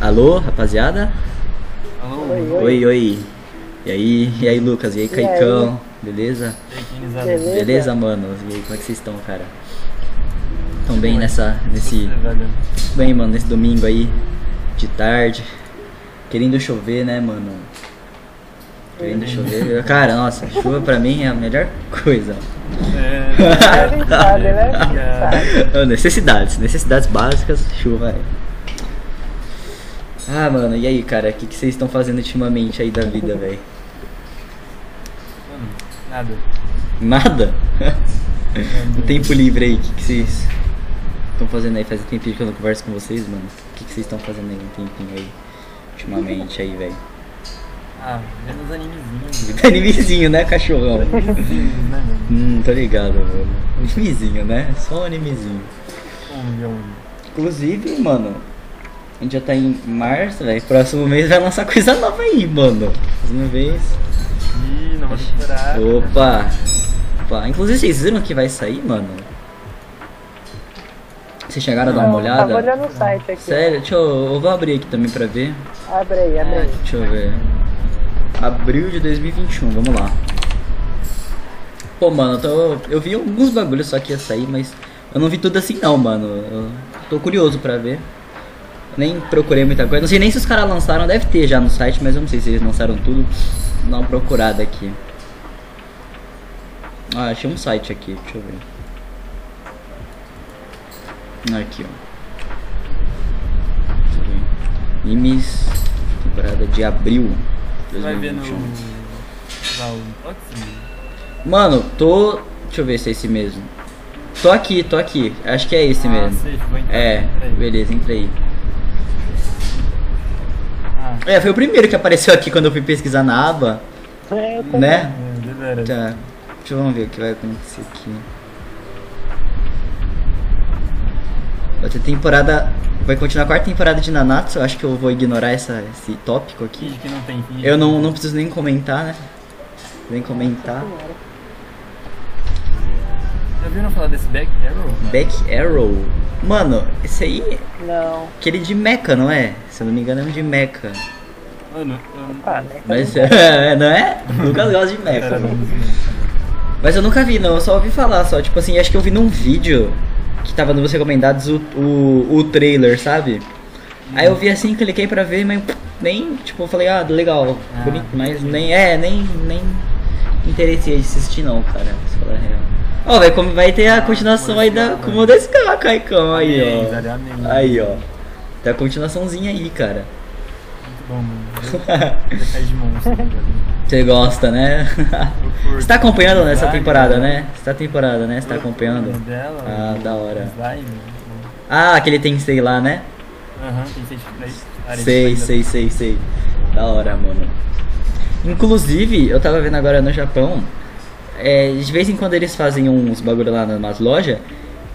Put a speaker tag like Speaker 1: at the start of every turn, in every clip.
Speaker 1: Alô, rapaziada?
Speaker 2: Alô,
Speaker 3: Oi, oi.
Speaker 1: Oi, oi. E aí, e aí, Lucas? E aí, Caicão? Beleza?
Speaker 3: Beleza.
Speaker 1: Beleza, mano? E aí, como é que vocês estão, cara? Tão bem nessa, nesse, bem, mano, nesse domingo aí, de tarde, querendo chover, né, mano? Querendo chover. Cara, nossa, chuva pra mim é a melhor coisa.
Speaker 3: É verdade, né? Sabe.
Speaker 1: Necessidades, necessidades básicas, chuva. é. Ah, mano, e aí, cara, o que que vocês estão fazendo ultimamente aí da vida, velho?
Speaker 2: Mano, nada.
Speaker 1: Nada? No tempo livre aí, o que, que vocês estão fazendo aí? Faz um tempinho que eu não converso com vocês, mano. O que, que vocês estão fazendo aí no tempinho aí, ultimamente aí, velho?
Speaker 2: Ah, vendo os animezinhos. né?
Speaker 1: Animezinho, né, cachorrão?
Speaker 2: Animezinhos, né, mano?
Speaker 1: hum, tô ligado, mano. Animezinho, né? Só um animezinho.
Speaker 2: Um milhão.
Speaker 1: Inclusive, mano, a gente já tá em março, velho. Próximo mês vai lançar coisa nova aí, mano. Próximo mês.
Speaker 2: Ih, nova temporada.
Speaker 1: Opa! Opa! Inclusive, vocês viram que vai sair, mano? Vocês chegaram a dar uma
Speaker 3: Não,
Speaker 1: olhada?
Speaker 3: Tava olhando o site aqui.
Speaker 1: Sério? Deixa eu, eu vou abrir aqui também pra ver.
Speaker 3: Abre aí, abre aí.
Speaker 1: Deixa eu ver. Abril de 2021, vamos lá. Pô, mano, eu, tô- eu vi alguns bagulhos só que ia sair, mas eu não vi tudo assim não, mano. Eu tô curioso pra ver. Nem procurei muita coisa. Não sei nem se os caras lançaram, deve ter já no site, mas eu não sei se eles lançaram tudo. Vou dar uma procurada aqui. Ah, achei um site aqui, deixa eu ver. Aqui, ó. Deixa eu ver. Imes, temporada de abril.
Speaker 2: Você vai ver no.
Speaker 1: 2021.
Speaker 2: Lá o próximo.
Speaker 1: Mano, tô. Deixa eu ver se é esse mesmo. Tô aqui, tô aqui. Acho que é esse
Speaker 2: ah,
Speaker 1: mesmo.
Speaker 2: Sei, vou entrar.
Speaker 1: É,
Speaker 2: Peraí.
Speaker 1: beleza, entrei.
Speaker 2: Ah,
Speaker 1: É, foi o primeiro que apareceu aqui quando eu fui pesquisar na aba,
Speaker 3: É, eu tô-
Speaker 1: né?
Speaker 2: é, deveras.
Speaker 1: Tá. Deixa eu vamos ver o que vai acontecer aqui. Vai ter temporada. Vai continuar a quarta temporada de Nanatsu. Eu acho que eu vou ignorar essa, esse tópico aqui.
Speaker 2: Finge que não tem finge.
Speaker 1: Eu não, não preciso nem comentar, né? Nem comentar.
Speaker 2: Já viram falar desse Back Arrow?
Speaker 1: Back Arrow. Mano, esse aí
Speaker 3: Não.
Speaker 1: Aquele de Mecha, não é? Se eu não me engano, é um de Mecha.
Speaker 2: Mano, eu.
Speaker 3: Pá, né?
Speaker 1: Mas é, não é? Lucas gosta de Mecha.
Speaker 2: Era
Speaker 1: mano.
Speaker 2: do-
Speaker 1: Mas eu nunca vi, não. Eu só ouvi falar, só. Tipo assim, acho que eu vi num vídeo que tava nos recomendados o, o, o trailer, sabe? Aí eu vi assim, cliquei pra ver, mas nem, tipo, eu falei, ah, legal,
Speaker 2: Ah,
Speaker 1: bonito, mas nem, é, nem, nem interessei de assistir não, cara, pra falar a real. Ó, vai, como- vai ter a continuação aí da Kuma desse cara, Caicão, aí,
Speaker 2: Amém,
Speaker 1: ó.
Speaker 2: velho, amém.
Speaker 1: Aí, ó. Tem a continuaçãozinha aí, cara.
Speaker 2: Muito bom, mano. Decai de monstro, velho.
Speaker 1: Você gosta, né?
Speaker 2: Eu curto.
Speaker 1: Você tá acompanhando nessa
Speaker 2: Slime,
Speaker 1: temporada,
Speaker 2: velho.
Speaker 1: né? Você tá temporada, né? Você tá
Speaker 2: Eu- o
Speaker 1: acompanhando.
Speaker 2: Dela,
Speaker 1: Ah,
Speaker 2: o-
Speaker 1: da hora.
Speaker 2: o Slime. o-
Speaker 1: Ah, aquele tem sei lá, né?
Speaker 2: Aham, tem seis Ah, três.
Speaker 1: Sei, sei, sei, sei. Da hora, mano. Inclusive, eu tava vendo agora no Japão, é, de vez em quando eles fazem uns bagulho lá nas lojas,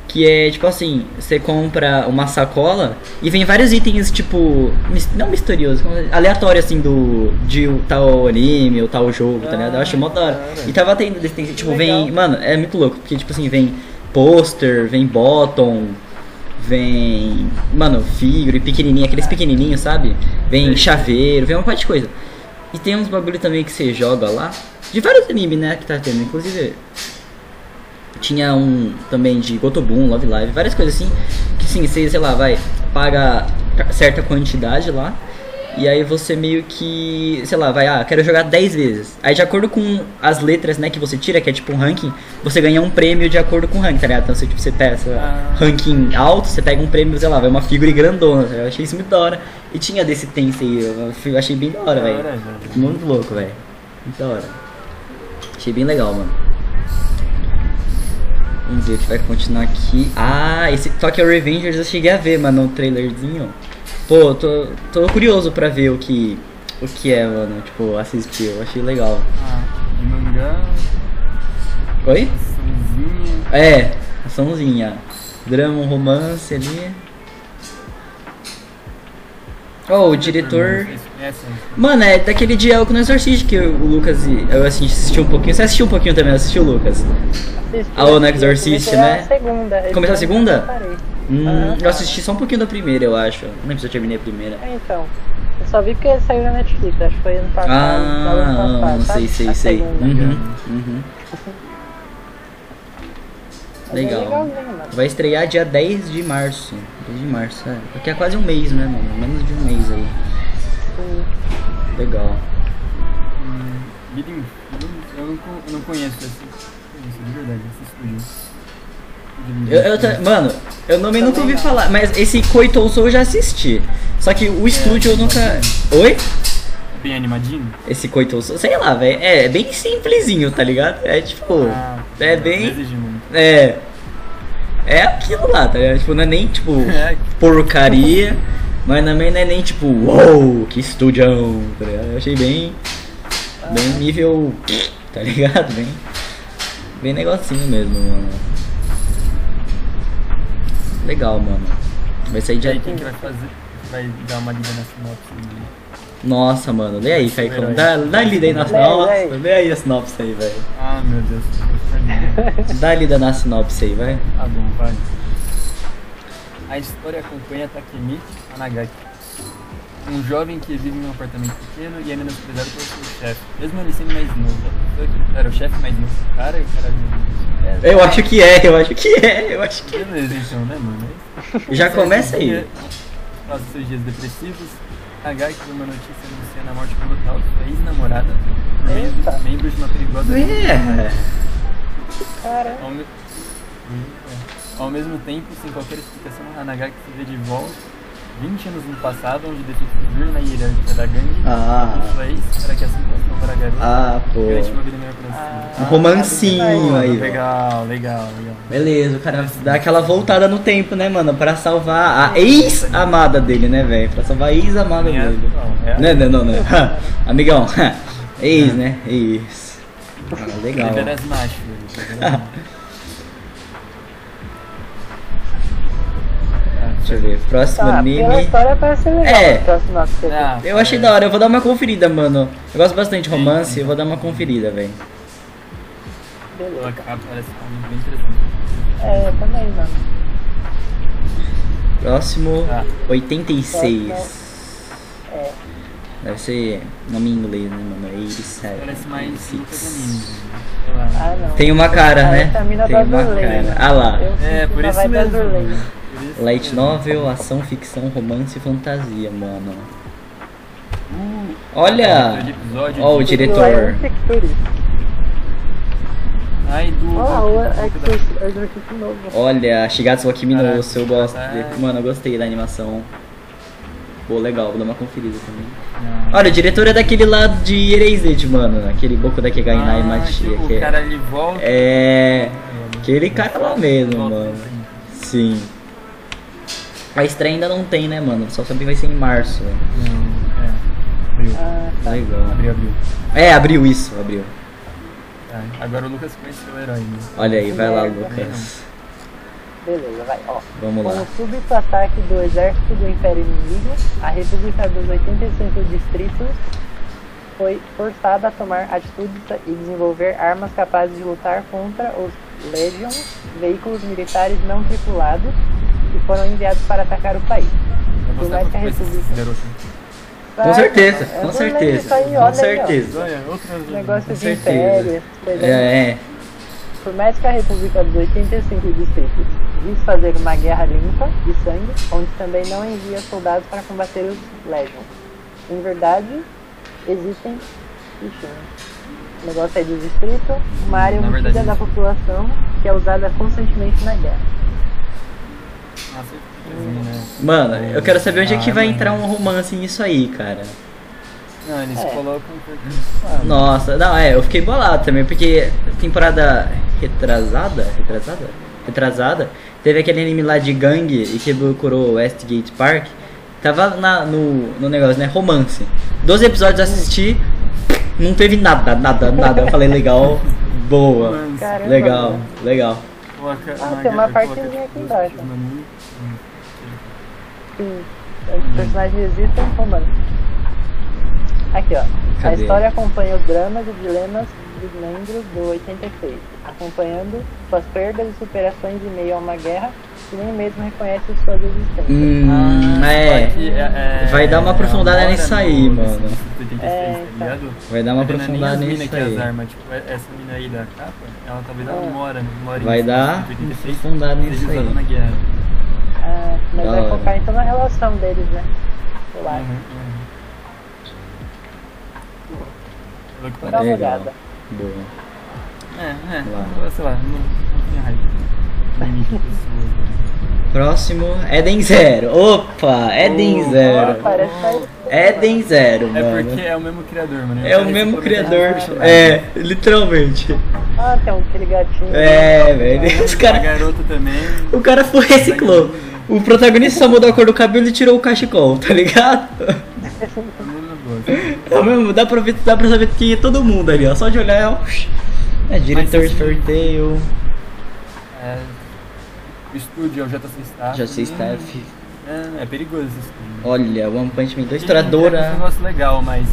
Speaker 1: que é tipo assim, você compra uma sacola e vem vários itens, tipo, mis- não misterioso, como- aleatório assim do de o tal anime ou tal jogo, tá ligado? Eu acho mó da hora.
Speaker 2: cara.
Speaker 1: E tava tendo, desse- tem, tipo,
Speaker 3: Legal.
Speaker 1: vem, mano, é muito louco, porque tipo assim, vem pôster, vem bottom, vem, mano, figure, pequenininho, aqueles pequenininhos, sabe? Vem chaveiro, vem uma parte de coisa. E tem uns bagulho também que você joga lá, de vários animes, né, que tá tendo, inclusive tinha um também de Gotobun, Love Live, várias coisas assim, que sim, você, sei lá, vai, paga ca- certa quantidade lá, e aí você meio que, sei lá, vai, ah, quero jogar 10 vezes. Aí de acordo com as letras, né, que você tira, que é tipo um ranking, você ganha um prêmio de acordo com o ranking, tá ligado? Então você, tipo, você pega, sei lá,
Speaker 2: Ah.
Speaker 1: ranking alto, você pega um prêmio, sei lá, vai uma figura grandona, tá ligado? Eu achei isso muito da hora. E tinha desse Tensei, eu eu achei bem da hora,
Speaker 2: Da
Speaker 1: velho.
Speaker 2: hora, velho.
Speaker 1: Muito louco, velho. Muito da hora. Achei bem legal, mano. Vamos ver o que vai continuar aqui. Ah, esse Tokyo Revengers eu cheguei a ver, mano, o trailerzinho. Pô, tô, tô curioso pra ver o que, o que é, mano. Tipo, assistir, eu achei legal.
Speaker 2: Ah, de mangá,
Speaker 1: Oi?
Speaker 2: sonzinha.
Speaker 1: É, açãozinha. Drama, um romance ali. Oh, o diretor.
Speaker 2: Vocês conhecem?
Speaker 1: Mano, é daquele diálogo no Exorcist que o Lucas e eu assisti, assisti um pouquinho. Você assistiu um pouquinho também, assistiu, Lucas?
Speaker 3: Assisti.
Speaker 1: Ah, Alô, no Exorcist,
Speaker 3: Comecei
Speaker 1: né?
Speaker 3: A segunda.
Speaker 1: Começou a segunda?
Speaker 3: Parei.
Speaker 1: Hum,
Speaker 3: Ah,
Speaker 1: eu
Speaker 3: tá.
Speaker 1: assisti só um pouquinho da primeira, eu acho. Não lembro se eu terminei a primeira.
Speaker 3: É, então. Eu só vi porque saiu na Netflix, acho que foi ano passado. ano
Speaker 1: Ah,
Speaker 3: passado,
Speaker 1: sei,
Speaker 3: sabe?
Speaker 1: sei,
Speaker 3: A
Speaker 1: sei.
Speaker 3: segunda.
Speaker 1: Uhum, uhum.
Speaker 2: digamos.
Speaker 3: Mas é
Speaker 1: Legal.
Speaker 3: legalzinho, mano.
Speaker 1: Vai estrear dia 10 de março. 10 de março, é. Daqui a quase um mês, né, mano? Menos de um mês aí.
Speaker 3: Sim.
Speaker 1: Legal.
Speaker 2: Hum, Bilim, eu, eu não, co- eu não conheço esse, esse, de verdade, esse estúdio. Bilim,
Speaker 1: Eu, eu ta- mano, eu não, eu nunca ouvi falar, mas esse Coiton Soul eu já assisti. Só que o estúdio eu nunca. Oi?
Speaker 2: Bem animadinho?
Speaker 1: Esse Coiton Soul, sei lá, velho. É, é bem simplesinho, tá ligado? É tipo.
Speaker 2: Ah,
Speaker 1: É
Speaker 2: não
Speaker 1: bem.
Speaker 2: exige muito.
Speaker 1: É. É aquilo lá, tá ligado? Tipo, não é nem tipo
Speaker 2: É.
Speaker 1: porcaria, mas também não é nem tipo, uou, que estúdio, tá ligado? Eu achei bem. Bem nível. Tá ligado? Bem. Bem negocinho mesmo, mano. Legal, mano. Vai sair
Speaker 2: E
Speaker 1: dia.
Speaker 2: aí, quem que vai fazer? Vai dar uma lida na sinopse do-
Speaker 1: Nossa, mano, lê aí, Caicão.
Speaker 2: Herói.
Speaker 1: Dá, dá lida aí na
Speaker 3: Lê, lê
Speaker 1: sinopse.
Speaker 3: aí.
Speaker 1: Lê aí a sinopse aí, velho.
Speaker 2: Ah, meu Deus. Tá lindo.
Speaker 1: Dá lida na sinopse aí, vai.
Speaker 2: Tá bom, vai. A história acompanha Takemichi Anagaki, um jovem que vive em um apartamento pequeno e é menosprezado pelo seu chefe, mesmo ele sendo mais novo. Foi que Era o chefe mais novo do cara e o cara... É,
Speaker 1: Eu acho que é, eu acho que é, eu acho que
Speaker 2: Beleza, então, né, mano? É isso.
Speaker 1: Já começa aí.
Speaker 2: Passa seus dias depressivos. Hagaki vê uma notícia anunciando a morte brutal de sua ex-namorada por
Speaker 3: Eita.
Speaker 2: mem- membros de uma perigosa.
Speaker 1: É.
Speaker 3: Cara,
Speaker 2: Ao, me- Ao mesmo tempo, sem qualquer explicação, Hanagaki se vê de volta 20 anos no passado, onde decide fugir na hierarquia da gangue
Speaker 1: Ah.
Speaker 2: e sua ex para que assim possa salvar a garota
Speaker 1: Ah,
Speaker 2: e garante uma
Speaker 1: pô.
Speaker 2: vida melhor pra
Speaker 1: Um
Speaker 2: si.
Speaker 3: Ah,
Speaker 1: romancinho aí, velho.
Speaker 2: legal, legal, legal.
Speaker 1: Beleza, o cara dá aquela voltada no tempo, né, mano? Pra salvar a ex-amada dele, né, velho? Pra salvar a ex-amada
Speaker 2: Minha-
Speaker 1: dele.
Speaker 2: não, é a-
Speaker 1: Não, não, não, não. Amigão, ex, né? Ex. Ah, legal.
Speaker 2: Libera as é machos, tá velho. libera as machos.
Speaker 1: Deixa eu ver. Próximo
Speaker 3: tá,
Speaker 1: anime.
Speaker 3: pela história parece legal. né,
Speaker 1: É.
Speaker 3: Pra assinar pra você ver.
Speaker 2: Ah,
Speaker 1: Eu achei da hora, eu vou dar uma conferida, mano. Eu gosto bastante de romance, eu vou dar uma conferida, velho.
Speaker 2: Pô, a
Speaker 3: Beleza.
Speaker 2: capa Parece um bem interessante.
Speaker 3: É, eu também, mano.
Speaker 1: Próximo,
Speaker 2: Tá.
Speaker 1: 86.
Speaker 3: É.
Speaker 1: Deve ser nome em inglês, né, mano? 87.
Speaker 2: Parece mais Lucas
Speaker 1: 86.
Speaker 2: Anime. né? velho. Sei lá.
Speaker 3: Ah, não.
Speaker 1: Tem uma cara,
Speaker 3: Parece
Speaker 1: né?
Speaker 3: a mina
Speaker 1: Tem uma
Speaker 3: brasileira,
Speaker 1: cara.
Speaker 3: né?
Speaker 1: Ah lá.
Speaker 3: Eu
Speaker 2: É,
Speaker 3: sinto
Speaker 2: por
Speaker 3: uma
Speaker 2: isso
Speaker 3: vibe
Speaker 2: mesmo.
Speaker 3: azulei.
Speaker 2: Por isso
Speaker 1: Light
Speaker 2: mesmo.
Speaker 1: novel, ação, ficção, romance e fantasia, mano.
Speaker 2: Uh,
Speaker 1: Olha!
Speaker 2: episódio- episódio
Speaker 1: Ó, o
Speaker 2: de-
Speaker 1: dire-
Speaker 3: Tudo lá é um picture.
Speaker 2: Ai, do.
Speaker 3: Ah, o
Speaker 2: do-
Speaker 3: é
Speaker 2: do-
Speaker 3: que eu de novo.
Speaker 1: Olha, Shigatsu wa Kimi no
Speaker 2: Caraca.
Speaker 1: Uso, eu gosto.
Speaker 2: Caraca.
Speaker 1: Mano, eu gostei da animação. Pô, legal, vou dar uma conferida também.
Speaker 2: Não.
Speaker 1: Olha, o diretor é daquele lá de Erased, mano. Aquele Boku da Kegainai
Speaker 2: Ah,
Speaker 1: Machi.
Speaker 2: tipo,
Speaker 1: que-
Speaker 2: O cara ele volta.
Speaker 1: É. Aquele cara lá mesmo, mano.
Speaker 2: né? assim.
Speaker 1: Sim. A estreia ainda não tem, né, mano? Só também vai ser em março. velho.
Speaker 2: Não, é. Abriu.
Speaker 3: Ah,
Speaker 1: Legal.
Speaker 2: Abriu, abriu.
Speaker 1: É, abriu isso, abriu.
Speaker 2: Tá, Agora o Lucas conheceu o herói. Né?
Speaker 1: Olha aí, vai lá,
Speaker 3: Merda.
Speaker 1: Lucas.
Speaker 3: beleza, vai, ó.
Speaker 1: Vamos
Speaker 3: Com
Speaker 1: lá.
Speaker 3: o súbito ataque do exército do Império Inimigo, a República dos 85 Distritos foi forçada a tomar atitudes e desenvolver armas capazes de lutar contra os Legions, veículos militares não tripulados, que foram enviados para atacar o país.
Speaker 2: Eu vou
Speaker 3: Vai
Speaker 2: mostrar pra
Speaker 3: que a
Speaker 2: vocês assim. esse
Speaker 3: República-
Speaker 2: garoto.
Speaker 1: Com certeza,
Speaker 3: É
Speaker 1: com
Speaker 3: do Legend
Speaker 1: certeza.
Speaker 3: isso aí,
Speaker 1: Com
Speaker 3: olha aí, ó.
Speaker 1: certeza.
Speaker 2: Olha, outras-
Speaker 3: Negócio
Speaker 1: Com
Speaker 3: de
Speaker 1: certeza.
Speaker 3: império, essas coisas.
Speaker 1: É, é.
Speaker 3: Por mais que a República dos 85 distritos quis fazer uma guerra limpa de sangue, onde também não envia soldados para combater os Legion. Em verdade, existem. Ixi, né? o negócio é de distrito, uma área
Speaker 2: Na
Speaker 3: homicida
Speaker 2: verdade,
Speaker 3: da
Speaker 2: existe.
Speaker 3: população que é usada constantemente na guerra.
Speaker 2: Ah, certeza, né?
Speaker 1: Mano, eu quero saber onde é que
Speaker 2: Ah,
Speaker 1: vai
Speaker 2: mano.
Speaker 1: entrar um romance nisso aí, cara.
Speaker 2: Não, eles
Speaker 3: É.
Speaker 2: colocam porque. Ah,
Speaker 1: Nossa, não, é, eu fiquei bolado também, porque temporada retrasada, retrasada? Retrasada, teve aquele anime lá de gangue e que procurou Westgate Park. Tava na- no, no negócio, né? Romance. Doze episódios eu assisti, não teve nada, nada, nada. Eu falei, legal, boa.
Speaker 2: mano,
Speaker 3: Cara,
Speaker 1: Legal, legal.
Speaker 2: Coloca,
Speaker 3: Ah,
Speaker 2: a
Speaker 3: tem uma
Speaker 2: garota coloca tipo,
Speaker 3: partezinha aqui
Speaker 2: os
Speaker 3: embaixo.
Speaker 2: dois meninos. Hum.
Speaker 3: Sim, os personagens existem romance. Aqui, ó. A
Speaker 1: Cadê?
Speaker 3: história acompanha os dramas e dilemas dos membros do 86, acompanhando suas perdas e superações em meio a uma guerra que nem mesmo reconhece suas existências.
Speaker 1: Hum,
Speaker 2: Ah,
Speaker 3: Ah,
Speaker 1: é. Vai dar uma aprofundada
Speaker 2: ela mora
Speaker 1: nisso aí,
Speaker 2: é, no-
Speaker 1: mano.
Speaker 2: 86,
Speaker 3: É,
Speaker 2: tá
Speaker 3: então.
Speaker 2: ligado?
Speaker 1: Vai dar uma
Speaker 2: Tá vendo? Nem
Speaker 1: aprofundada
Speaker 2: as mina
Speaker 1: nisso
Speaker 2: que
Speaker 1: aí.
Speaker 2: as armas, tipo, é- essa mina aí da capa, ela talvez ela
Speaker 3: Ah.
Speaker 2: mora, né, mora em
Speaker 1: Vai dar
Speaker 2: 86,
Speaker 1: aprofundada nisso
Speaker 2: seja usada
Speaker 1: aí.
Speaker 2: na guerra.
Speaker 3: Ah, mas
Speaker 1: Da
Speaker 3: vai
Speaker 1: hora.
Speaker 3: focar então na relação deles, né? Eu acho.
Speaker 2: Uhum, uhum. Pelo que
Speaker 3: Dá uma
Speaker 1: Legal.
Speaker 3: olhada.
Speaker 1: Boa.
Speaker 3: um-
Speaker 2: É, é.
Speaker 1: Lá.
Speaker 2: Sei lá, não, não tinha raiva. Limite de pessoas. né?
Speaker 1: Próximo, Eden Zero. Opa, Eden
Speaker 2: Opa,
Speaker 1: Zero.
Speaker 3: Parece que vai-
Speaker 1: Eden Zero,
Speaker 2: É
Speaker 1: mano.
Speaker 2: porque é o mesmo criador, mano.
Speaker 1: É o mesmo criador.
Speaker 2: É.
Speaker 1: É, literalmente.
Speaker 3: Ah, tem um- aquele gatinho.
Speaker 1: Uhum. É, velho. Os
Speaker 2: A
Speaker 1: cara,
Speaker 2: garota também.
Speaker 1: o cara foi reciclou. O protagonista só mudou a cor do cabelo e tirou o cachecol, tá ligado?
Speaker 2: a mesma coisa.
Speaker 1: É o mesmo, dá pra, ver, dá pra saber quem é todo mundo ali, ó. Só de olhar, ó. É diretor de Fairy Tail.
Speaker 2: É, O estúdio é o JC Staff.
Speaker 1: Já sei,
Speaker 2: né?
Speaker 1: Staff.
Speaker 2: É, é perigoso esse estúdio.
Speaker 1: Olha, One Punch Man 2,
Speaker 2: É um
Speaker 1: Toradora.
Speaker 2: negócio legal, mas.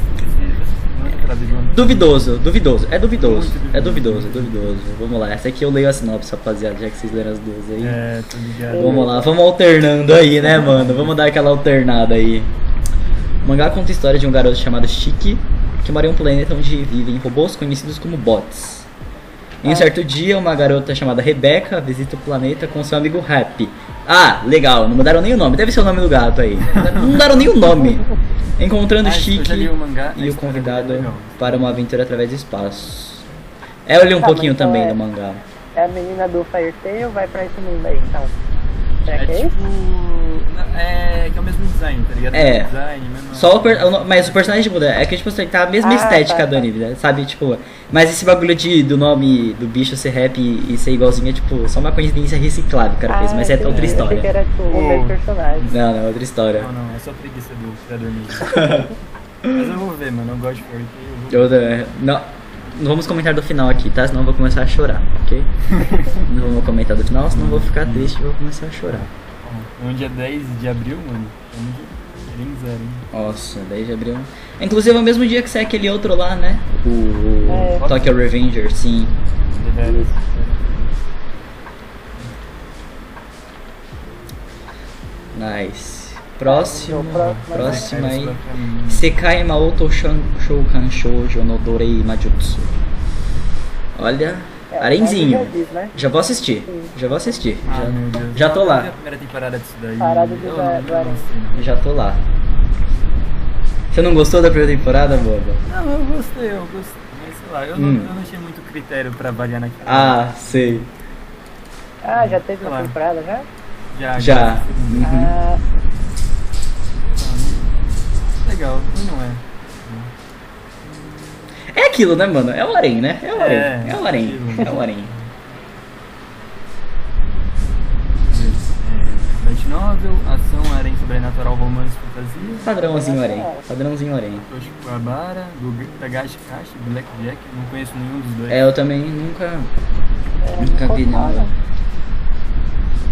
Speaker 2: Não é temporada de One Piece.
Speaker 1: Duvidoso, duvidoso, é duvidoso,
Speaker 2: Muito
Speaker 1: é duvidoso, é duvidoso. Vamos lá, essa aqui eu leio a sinopse, rapaziada, já que vocês leram as duas aí.
Speaker 2: É, tô ligado.
Speaker 1: Vamos lá, vamos alternando aí, né, mano? Vamos dar aquela alternada aí. O mangá conta a história de um garoto chamado Shiki, que mora em um planeta onde vivem robôs conhecidos como bots.
Speaker 2: Ah.
Speaker 1: Em um certo dia, uma garota chamada Rebecca visita o planeta com seu amigo Happy. Ah, legal, não mudaram nem o nome, deve ser o nome do gato aí. Não mudaram nem o nome. Encontrando
Speaker 2: Ah, eu já li
Speaker 1: Shiki
Speaker 2: o mangá, a
Speaker 1: e o
Speaker 2: história dele é
Speaker 1: convidado
Speaker 2: legal.
Speaker 1: para uma aventura através do espaço. É, eu li um
Speaker 3: Tá,
Speaker 1: pouquinho
Speaker 3: mas qual
Speaker 1: também
Speaker 3: é?
Speaker 1: do mangá.
Speaker 3: É a menina do Firetail, vai pra esse mundo aí então. Será
Speaker 2: É
Speaker 3: que é isso?
Speaker 2: tipo. na- É que é o mesmo design, tá ligado?
Speaker 1: É.
Speaker 2: Mesmo Design, mesmo...
Speaker 1: Só o per- o no- Mas o personagem muda. É que, tipo, assim, tá a mesma
Speaker 3: Ah,
Speaker 1: estética
Speaker 3: tá,
Speaker 1: do
Speaker 3: tá.
Speaker 1: anime, né? Sabe, tipo. Mas esse bagulho de, do nome do bicho ser rap e, e ser igualzinho é, tipo, só uma coincidência reciclável, que o cara, fez. Mas é
Speaker 3: Ah, entendi.
Speaker 1: outra
Speaker 3: Eu achei que
Speaker 1: história.
Speaker 3: era tipo o
Speaker 2: Oh.
Speaker 3: mesmo personagem.
Speaker 1: Não, não, é outra história.
Speaker 2: Não, não, é só preguiça do criador mesmo. Mas eu vou ver, mano. Eu gosto de Fairy Tail. eu vou-
Speaker 1: Eu, é, não, não vamos comentar do final aqui, tá? Senão eu vou começar a chorar, ok? não vou comentar do final, senão eu vou ficar triste e vou começar a chorar.
Speaker 2: Bom, No Um dia 10 de abril, mano, é um dia bem zero, hein?
Speaker 1: Nossa, 10 de abril. Inclusive é o mesmo dia que sai aquele outro lá, né? O, o
Speaker 3: É.
Speaker 1: Tokyo Revenger, sim.
Speaker 2: Deveras.
Speaker 1: Nice. Próximo.
Speaker 3: Então, próximo.
Speaker 1: Próximo
Speaker 2: Cara, isso
Speaker 1: aí.
Speaker 3: né?
Speaker 2: vai pra mim, mano.
Speaker 1: Sekai Maoto Shan- Shoukan Shoujo no Dorei Majutsu. Olha,
Speaker 3: É,
Speaker 1: arenzinho.
Speaker 3: mas já diz, né?
Speaker 1: Já vou assistir.
Speaker 3: Sim. né?
Speaker 1: Já vou assistir.
Speaker 2: Ah,
Speaker 1: já-
Speaker 2: meu Deus.
Speaker 1: já tô
Speaker 2: Eu
Speaker 1: lá.
Speaker 2: vi A primeira temporada disso daí.
Speaker 3: Parada do
Speaker 2: Eu
Speaker 3: da-
Speaker 2: não-
Speaker 3: do
Speaker 2: eu não
Speaker 3: anime.
Speaker 2: sei, não.
Speaker 1: Já tô lá. Você não gostou da primeira temporada, boba?
Speaker 2: Não, Ah, eu gostei, eu gostei. Mas sei lá, eu,
Speaker 1: Hum.
Speaker 2: não, eu não tinha muito critério pra avaliar naquela.
Speaker 1: Ah, sei.
Speaker 3: Ah, já teve
Speaker 2: Sei lá.
Speaker 3: uma temporada já?
Speaker 2: já.
Speaker 1: Já.
Speaker 2: já.
Speaker 1: Uhum.
Speaker 3: Ah,
Speaker 2: Legal, não é.
Speaker 1: É aquilo, né, mano? É o harém, né? É o harém.
Speaker 2: É,
Speaker 1: É, o harém.
Speaker 2: aquilo.
Speaker 1: É o harém.
Speaker 2: É, Light Novel, ação, arém sobrenatural, romance, fantasia.
Speaker 1: Padrãozinho harém. Padrãozinho harém.
Speaker 2: Toshikabara, Gugu- Tagashi Kashi, Blackjack, não conheço nenhum dos dois.
Speaker 1: É, eu também nunca.
Speaker 3: é,
Speaker 1: Nunca
Speaker 3: não
Speaker 1: vi,
Speaker 3: contou,
Speaker 1: não.
Speaker 3: né?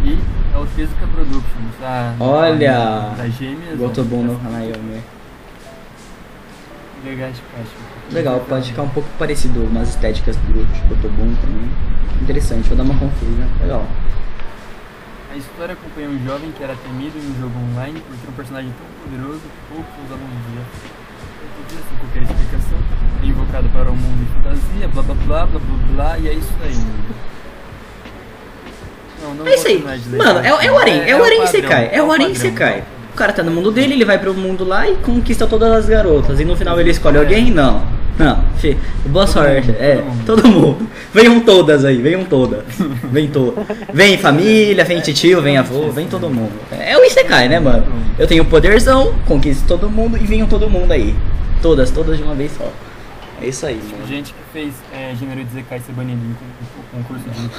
Speaker 2: E é o Tezuka Productions, a,
Speaker 1: Olha!
Speaker 2: das gêmeas.
Speaker 1: Gotobon no
Speaker 2: né?
Speaker 1: Hanayomi.
Speaker 2: Tagashi Kashi.
Speaker 1: Legal, pode ficar um pouco parecido umas estéticas do tipo Tobum também. Interessante, vou dar uma conferida. Legal.
Speaker 2: A história acompanha um jovem que era temido em um jogo online por ter um personagem tão poderoso que poucos usavam no dia. Outro dia, sem qualquer assim, explicação, é invocado para o mundo de fantasia, blá blá blá blá blá blá, e é isso aí, mano. Não, não
Speaker 1: É isso aí.
Speaker 2: gosto mais de ler
Speaker 1: Mano, é, é o Arém, é, o Arém
Speaker 2: padrão,
Speaker 1: Sekai. É o Arém
Speaker 2: padrão.
Speaker 1: Sekai. O cara tá no mundo dele, ele vai pro mundo lá e conquista todas as garotas. E no final ele escolhe alguém? Não. Não, fi, boa sorte.
Speaker 2: mundo,
Speaker 1: é, todo mundo. Venham todas aí, venham todas. Vem todas. Vem família, vem tio, vem avô, vem todo mundo. É o Isekai, né, mano? Eu tenho poderzão, conquisto todo mundo e venham todo mundo aí. Todas, todas de uma vez só. É isso aí, mano.
Speaker 2: Gente que fez é, gênero de Zekai ser banido em con- concurso de livro.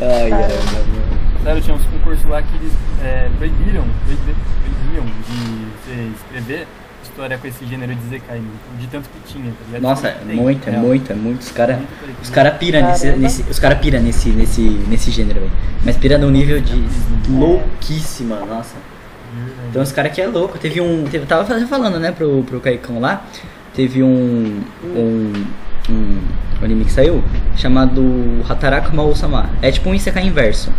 Speaker 1: Ai, ai, ai.
Speaker 2: Sério, tinha uns concursos lá que eles é, proibiram, proibi- proibiam de você escrever história com esse gênero de Zekai, de tanto que tinha, tá ligado?
Speaker 1: Nossa, é
Speaker 2: Tem,
Speaker 1: muito, é
Speaker 2: né?
Speaker 1: muito, é muito. Os caras
Speaker 2: Muito coletivo.
Speaker 1: os cara pira nesse,
Speaker 3: Caramba.
Speaker 1: nesse- Os cara pira nesse, nesse, nesse gênero, velho. Mas pira num nível de louquíssima, nossa. Então os caras que é louco. Teve um. Teve, tava falando, né, pro, pro Caicão lá. Teve um. um. um anime que saiu chamado Hataraku Maou-sama. É tipo um Isekai inverso.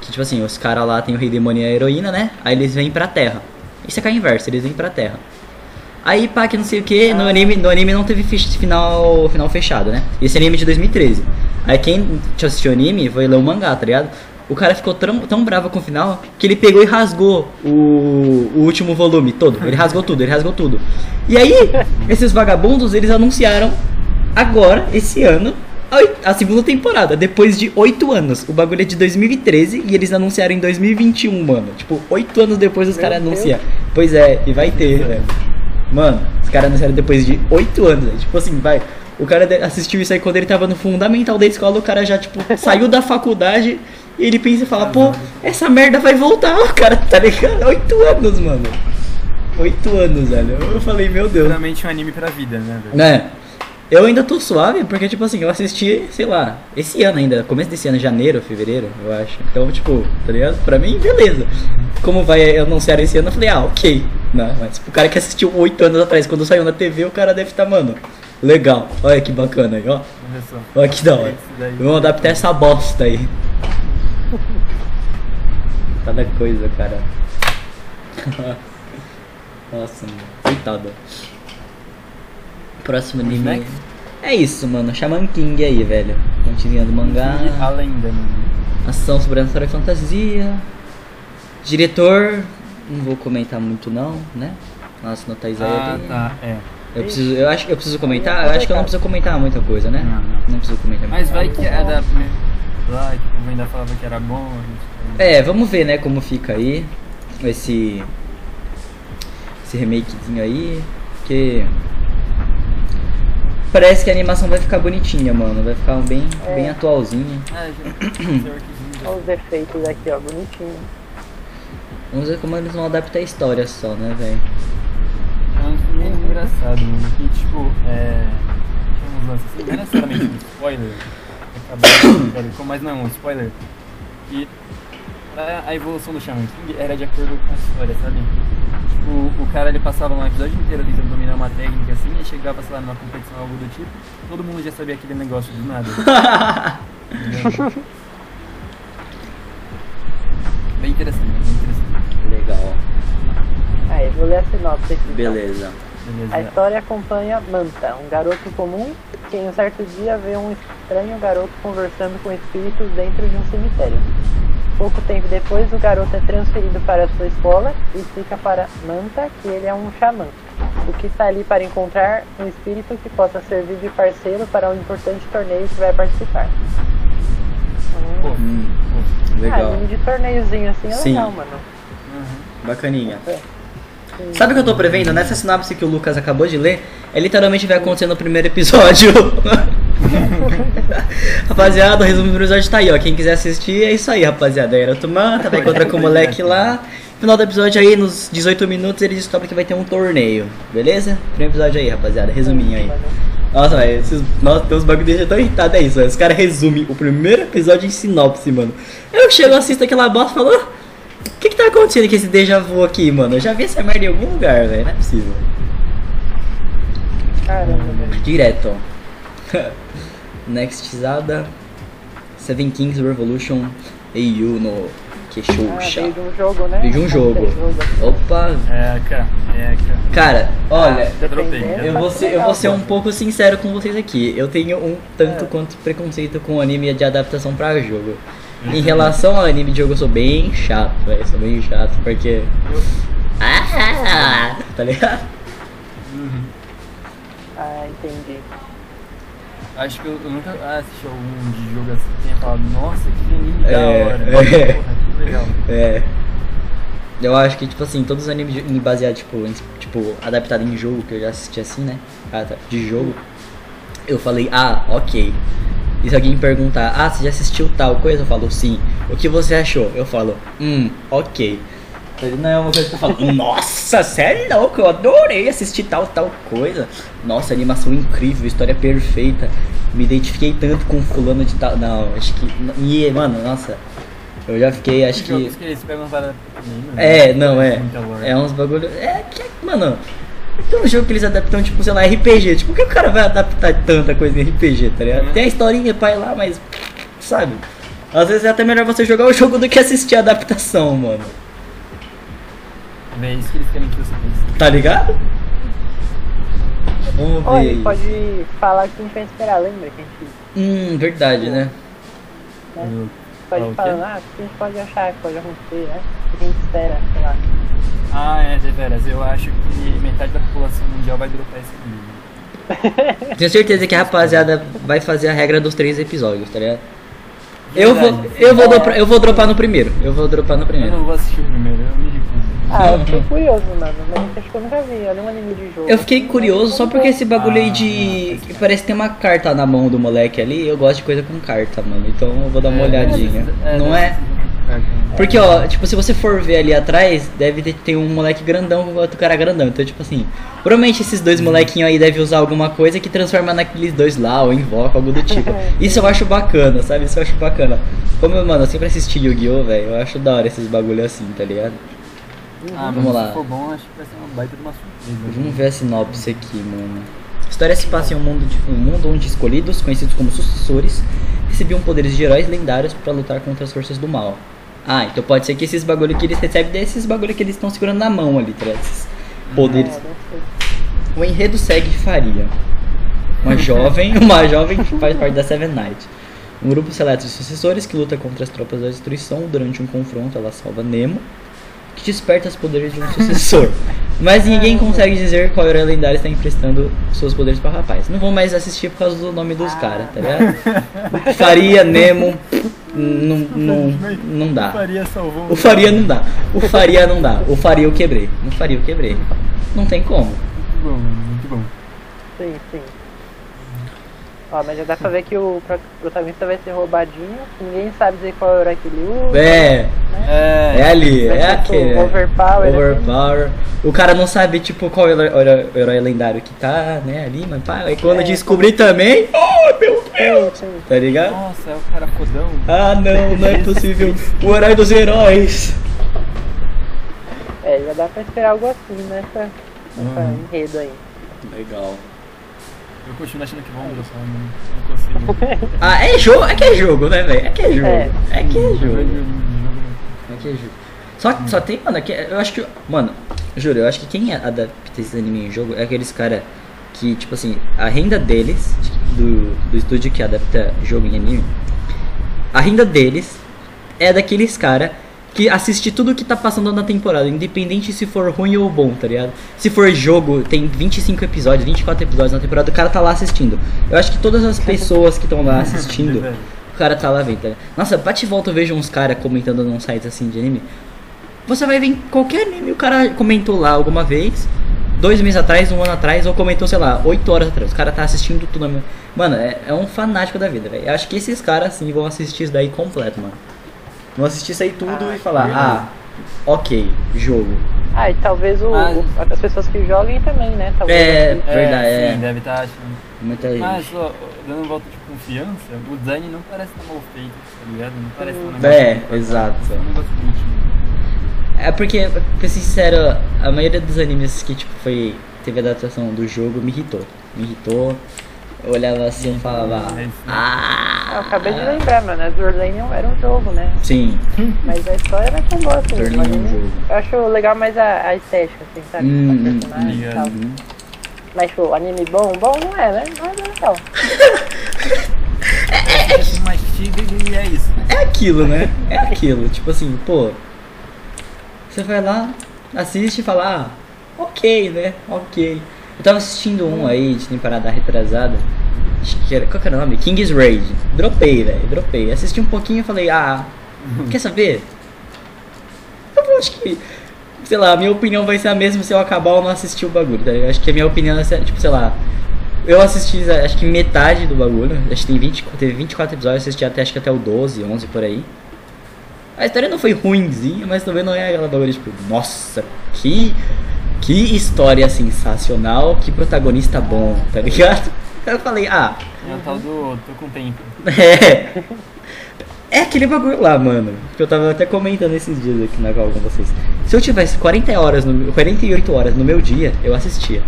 Speaker 1: Que tipo assim, os caras lá tem o rei demônio e a heroína, né? Aí eles vêm pra terra. Isekai inverso, eles vêm pra terra. Aí, pá, que não sei o que, no anime, no anime não teve fech- final, final fechado, né? Esse anime é de 2013. Aí quem te assistiu o anime foi ler o mangá, tá ligado? O cara ficou tão, tão bravo com o final que ele pegou e rasgou o, o último volume todo. Ele rasgou tudo, ele rasgou tudo. E aí, esses vagabundos, eles anunciaram agora, esse ano, a, oi- a segunda temporada, depois de oito anos. O bagulho é de 2013 e eles anunciaram em 2021, mano. Tipo, oito anos depois os
Speaker 3: Meu
Speaker 1: caras
Speaker 3: Deus.
Speaker 1: anunciam. Pois é, e vai ter, velho. Mano, os caras anunciaram depois de 8 anos, velho. Tipo assim, vai. O cara de- assistiu isso aí quando ele tava no fundamental da escola, o cara já, tipo, saiu da faculdade e ele pensa e fala, pô, essa merda vai voltar, o cara, tá ligado? 8 anos, mano. 8 anos, velho. Eu falei, meu Deus.
Speaker 2: Literalmente um anime pra vida, né, velho?
Speaker 1: Né? Eu ainda tô suave, porque, tipo assim, eu assisti, sei lá, esse ano ainda, começo desse ano, janeiro, fevereiro, eu acho. Então, tipo, tá ligado? Pra mim, beleza. Como vai anunciar esse ano, eu falei, ah, ok. Né? Mas pro cara que assistiu oito anos atrás, quando saiu na TV, o cara deve estar, mano, legal. Olha que bacana aí, ó.
Speaker 2: Olha só.
Speaker 1: Olha que da hora.
Speaker 2: Esse daí.
Speaker 1: Vamos adaptar essa bosta aí. Cada coisa, cara. Nossa, mano. Coitado. Próximo anime.
Speaker 2: Next?
Speaker 1: É isso, mano. Shaman King aí, velho. Continuando o
Speaker 2: E a
Speaker 1: mangá.
Speaker 2: lenda, né? mano.
Speaker 1: Ação sobrenatural e fantasia. Diretor. Não vou comentar muito não, né? Nossa, não tá
Speaker 2: Ah,
Speaker 1: Isaiah.
Speaker 2: tá, é.
Speaker 1: Eu preciso. Eu acho que eu preciso comentar. Eu acho que eu não preciso comentar muita coisa, né?
Speaker 2: Não, não.
Speaker 1: Não preciso comentar muita
Speaker 2: Mas vai
Speaker 1: coisa.
Speaker 2: que é da primeira. Lá, que o ainda falava que era bom. a gente-
Speaker 1: É, vamos ver, né, como fica aí esse esse remakezinho aí, que parece que a animação vai ficar bonitinha, mano, vai ficar um bem
Speaker 3: É.
Speaker 1: bem atualzinha.
Speaker 2: Ah, já- já orquidinha.
Speaker 3: Olha os efeitos aqui, ó, bonitinho.
Speaker 1: Vamos ver como eles vão adaptar a história só, né, velho?
Speaker 2: É um filme meio engraçado, mano. Que tipo, é. tinha uns lances assim, Não é necessariamente um spoiler. Acabou sendo um spoiler, como- mas não, um spoiler. Que a, a evolução do Shaman King era de acordo com a história, sabe? Tipo, o cara ele passava um episódio inteiro tentando dominar uma técnica assim, e chegava, sei lá, numa competição ou algo do tipo, todo mundo já sabia aquele negócio do nada. Entendeu? bem interessante, bem interessante.
Speaker 1: Legal.
Speaker 3: Aí, vou ler a sinopse aqui. então.
Speaker 1: Beleza.
Speaker 3: A
Speaker 2: Beleza.
Speaker 3: história acompanha Manta, um garoto comum que em um certo dia vê um estranho garoto conversando com espíritos dentro de um cemitério. Pouco tempo depois, o garoto é transferido para sua escola e explica para Manta que ele é um xamã, o que está ali para encontrar um espírito que possa servir de parceiro para um importante torneio que vai participar.
Speaker 2: Pô,
Speaker 3: Hum.
Speaker 2: pô.
Speaker 1: Legal.
Speaker 3: Ah, anime de torneiozinho assim é
Speaker 1: Sim.
Speaker 3: legal, mano.
Speaker 2: Uhum.
Speaker 1: Bacaninha. Sabe o que eu tô prevendo? Nessa sinopse que o Lucas acabou de ler, é literalmente vai acontecer no primeiro episódio. rapaziada, o resumo do episódio tá aí, ó. Quem quiser assistir, é isso aí, rapaziada. Era o Manta, vai encontrar com o moleque lá. Final do episódio aí, nos 18 minutos, ele descobre que vai ter um torneio, beleza? Primeiro episódio aí, rapaziada. Resuminho aí. Nossa, velho, esses, nossa, tem uns bagulho que deixa tão irritado, é isso, velho. Os caras resumem o primeiro episódio em sinopse, mano. Eu chego, assisto aquela bosta e falo, "Ah, o que que tá acontecendo com esse déjà vu aqui, mano? Eu já vi essa merda em algum lugar, velho, não é possível.
Speaker 3: Caramba,
Speaker 1: Hum,
Speaker 3: né? velho.
Speaker 1: Direto. Nextizada. Seven Kings Revolution EU no
Speaker 3: Ah,
Speaker 1: Queixuxa.
Speaker 3: veio de um jogo, né?
Speaker 1: Veio de um jogo. Opa,
Speaker 2: É, cara, é, cara.
Speaker 1: cara, olha,
Speaker 2: Já dropei.
Speaker 3: Dependendo.
Speaker 1: Eu vou, ser, eu vou ser um pouco sincero com vocês aqui. Eu tenho um tanto quanto preconceito com anime de adaptação pra jogo. Em relação ao anime de jogo, eu sou bem chato, velho. Sou bem chato, porque. Ah! Tá ligado?
Speaker 3: Ah, entendi.
Speaker 2: Acho que eu, eu nunca ah, assisti algum de jogo assim que tenha falado, nossa, que anime da
Speaker 1: É,
Speaker 2: hora.
Speaker 1: é.
Speaker 2: Porra, que legal.
Speaker 1: É. Eu acho que, tipo assim, todos os animes de- baseados, tipo, em- tipo, adaptado em jogo, que eu já assisti assim, né? Ah, tá, De jogo. Eu falei, ah, ok. E se alguém perguntar, ah, você já assistiu tal coisa? Eu falo, sim. O que você achou? Eu falo, hum, ok. Ele não é uma coisa que eu falo, nossa, sério não, que eu adorei assistir tal, tal coisa. Nossa, animação incrível, história perfeita. Me identifiquei tanto com fulano de tal. Não, acho que. E, mano, nossa. Eu já fiquei, acho que.
Speaker 2: Jogos que eles pegam para pequenino, né?
Speaker 1: É, não, é.
Speaker 2: Muita lore.
Speaker 1: É uns bagulho. É que, mano. Então, um jogo que eles adaptam, tipo, sei lá, RPG. Tipo, por que o cara vai adaptar tanta coisa em RPG, tá
Speaker 2: Né?
Speaker 1: ligado? Tem a historinha, pai, lá, mas. Sabe? Às vezes é até melhor você jogar o jogo do que assistir a adaptação, mano. um
Speaker 2: É isso que eles querem que você pense.
Speaker 1: Tá ligado? Vamos
Speaker 3: Ó,
Speaker 1: ver.
Speaker 3: ele pode falar o que a gente vai esperar, lembra que a gente
Speaker 1: Hum, verdade, né?
Speaker 3: né?
Speaker 2: Ah, o
Speaker 3: pode
Speaker 2: quê?
Speaker 3: falar, ah, o que a gente pode achar, que pode acontecer, né? O que a gente espera, sei lá.
Speaker 2: Ah, é, deveras. Eu acho que metade da população mundial vai dropar esse vídeo.
Speaker 1: Tenho certeza que a rapaziada vai fazer a regra dos três episódios, tá ligado? Eu vou,
Speaker 2: Verdade.
Speaker 1: eu, vou dropar, eu vou dropar no primeiro. Eu vou dropar no
Speaker 2: Eu não
Speaker 1: primeiro.
Speaker 2: vou assistir o primeiro, eu me recuso.
Speaker 3: Ah, eu fiquei curioso, mano, mas acho que eu nunca vi, olha um anime de jogo.
Speaker 1: Uhum. Eu fiquei curioso só porque esse bagulho aí de.
Speaker 2: Ah,
Speaker 1: que Parece que tem uma carta na mão do moleque ali. Eu gosto de coisa com carta, mano. Então eu vou dar uma
Speaker 2: É,
Speaker 1: olhadinha.
Speaker 2: é,
Speaker 1: Não
Speaker 2: deve
Speaker 1: é?
Speaker 2: ser- é,
Speaker 1: Porque, ó, tipo, se você for ver ali atrás, deve ter, tem um moleque grandão com outro cara grandão. Então, tipo assim, provavelmente esses dois molequinhos aí devem usar alguma coisa que transforma naqueles dois lá, ou invoca, algo do tipo. Isso eu acho bacana, sabe? Isso eu acho bacana. Como, eu, mano, eu sempre assisti Yu-Gi-Oh, velho, eu acho da hora esses bagulho assim, tá ligado?
Speaker 2: Ah,
Speaker 1: Vamos
Speaker 2: mas
Speaker 1: lá.
Speaker 2: se for bom, acho que vai ser uma baita de uma surpresa.
Speaker 1: Vamos ver a sinopse aqui, mano. A história se passa em um mundo, de, um mundo onde escolhidos, conhecidos como sucessores, recebiam poderes de heróis lendários pra lutar contra as forças do mal. Ah, então pode ser que esses bagulho que eles recebem desses bagulho que eles estão segurando na mão ali, tá? ligado? Esses poderes.
Speaker 3: É, não sei.
Speaker 1: O enredo segue Faria. Uma jovem, uma jovem que faz parte da Seven Knight. Um grupo seleto de sucessores que luta contra as tropas da destruição. Durante um confronto, ela salva Nemo, que desperta os poderes de um sucessor. Mas ninguém consegue dizer qual herói lendário está emprestando seus poderes para o rapaz. Não vou mais assistir por causa do nome dos caras, tá ligado? Faria, Nemo, não, não, não dá.
Speaker 2: O Faria salvou.
Speaker 1: O Faria não dá. O Faria não dá. O Faria eu quebrei. O Faria eu quebrei. Não tem como.
Speaker 2: Muito bom, muito bom.
Speaker 3: Sim, sim. Ó, mas já dá pra ver que o pro- protagonista vai ser roubadinho, ninguém sabe dizer qual era que ele usa.
Speaker 1: É,
Speaker 2: É,
Speaker 1: é ali,
Speaker 3: Vai
Speaker 1: é
Speaker 3: ser, tipo,
Speaker 1: aquele. né?
Speaker 3: overpower,
Speaker 1: Overpower. O cara não sabe, tipo, qual heró- heró- herói lendário que tá, né, ali, mas pá, aí quando
Speaker 3: É.
Speaker 1: descobrir também. Oh, meu Deus!
Speaker 3: Sim,
Speaker 1: Tá ligado?
Speaker 2: Nossa, é o cara fodão.
Speaker 1: Ah, não, não é possível. O herói dos heróis.
Speaker 3: sim. É, já dá pra esperar algo assim nessa, nessa
Speaker 2: Uhum.
Speaker 3: enredo aí.
Speaker 1: Legal.
Speaker 2: Eu continuo achando que vão dropar, não, não consigo.
Speaker 1: Ah, é jogo, é que é jogo, né, velho? É que é jogo.
Speaker 3: É.
Speaker 1: É que é
Speaker 2: Eu vejo
Speaker 1: jogo.
Speaker 2: um jogo no-
Speaker 1: É que é jogo. Só, só tem, mano, é que, eu acho que. Mano, juro, eu acho que quem adapta esse anime em jogo é aqueles cara que, tipo assim, a renda deles, do, do estúdio que adapta jogo em anime, a renda deles é daqueles cara que assiste tudo que tá passando na temporada, independente se for ruim ou bom, tá ligado? Se for jogo, tem 25 episódios, 24 episódios na temporada, o cara tá lá assistindo. Eu acho que todas as pessoas que estão lá assistindo, o cara tá lá vendo, tá ligado? Nossa, bate e volta eu vejo uns caras comentando num site assim de anime. Você vai ver em qualquer anime, o cara comentou lá alguma vez, dois meses atrás, um ano atrás, ou comentou, sei lá, oito horas atrás. O cara tá assistindo tudo. na mesma- Mano, é, é um fanático da vida, velho. Eu acho que esses caras, assim, vão assistir isso daí completo, mano. Vão assistir isso aí tudo e falar, ah, ok, jogo.
Speaker 3: Ah, e talvez o,
Speaker 2: Ah,
Speaker 3: o- as pessoas que joguem também, né? Talvez
Speaker 1: É,
Speaker 3: assim.
Speaker 2: É,
Speaker 1: verdade,
Speaker 2: sim,
Speaker 1: é.
Speaker 2: deve estar achando.
Speaker 1: Muita gente.
Speaker 2: Mas, ó, dando um voto de confiança, o design não parece tão mal feito, tá ligado? Não parece tão negócio.
Speaker 1: É,
Speaker 2: bonitinho.
Speaker 1: exato.
Speaker 2: Parece um negócio bonitinho.
Speaker 1: É porque, pra ser sincero, a maioria dos animes que tipo, foi, teve a adaptação do jogo me irritou. Me irritou. Eu olhava assim e falava.
Speaker 2: É isso.
Speaker 1: Ah!
Speaker 3: Ah, eu acabei de lembrar, mano, as Dorlanium era um jogo, né?
Speaker 1: Sim,
Speaker 3: Mas a história era que eu gosto.
Speaker 1: Dorlanium é
Speaker 3: mas
Speaker 1: um jogo.
Speaker 3: Eu acho legal mais a, a estética, assim, sabe?
Speaker 1: Hum,
Speaker 3: a personagem e
Speaker 2: hum,
Speaker 3: tal.
Speaker 1: hum.
Speaker 3: Mas, tipo, anime bom? Bom não é, né? Mas é legal.
Speaker 1: Tá.
Speaker 2: É um mastiga e é isso.
Speaker 1: é aquilo, né? É aquilo. Tipo assim, pô. Você vai lá, assiste e fala, ah, ok, né? Ok. Eu tava assistindo um aí de temporada retrasada. Acho que era. Qual que era o nome? King's Raid. Dropei, velho. Dropei. Assisti um pouquinho e falei, ah, quer saber? Eu vou- acho que. Sei lá, a minha opinião vai ser a mesma se eu acabar ou não assistir o bagulho, tá ligado? Acho que a minha opinião é, ser- tipo, sei lá. Eu assisti, acho que metade do bagulho. Acho que tem 20, teve 24 episódios, eu assisti até, acho que até o 12, 11 por aí. A história não foi ruimzinha, mas também não é aquela bagulho, tipo, nossa, que. Que história sensacional, que protagonista bom, tá ligado? Eu falei, ah,
Speaker 2: É o tal do tô com tempo.
Speaker 1: é. É aquele bagulho lá, mano. Que eu tava até comentando esses dias aqui na call com vocês. Se eu tivesse 40 horas no, 48 horas no meu dia, eu assistia.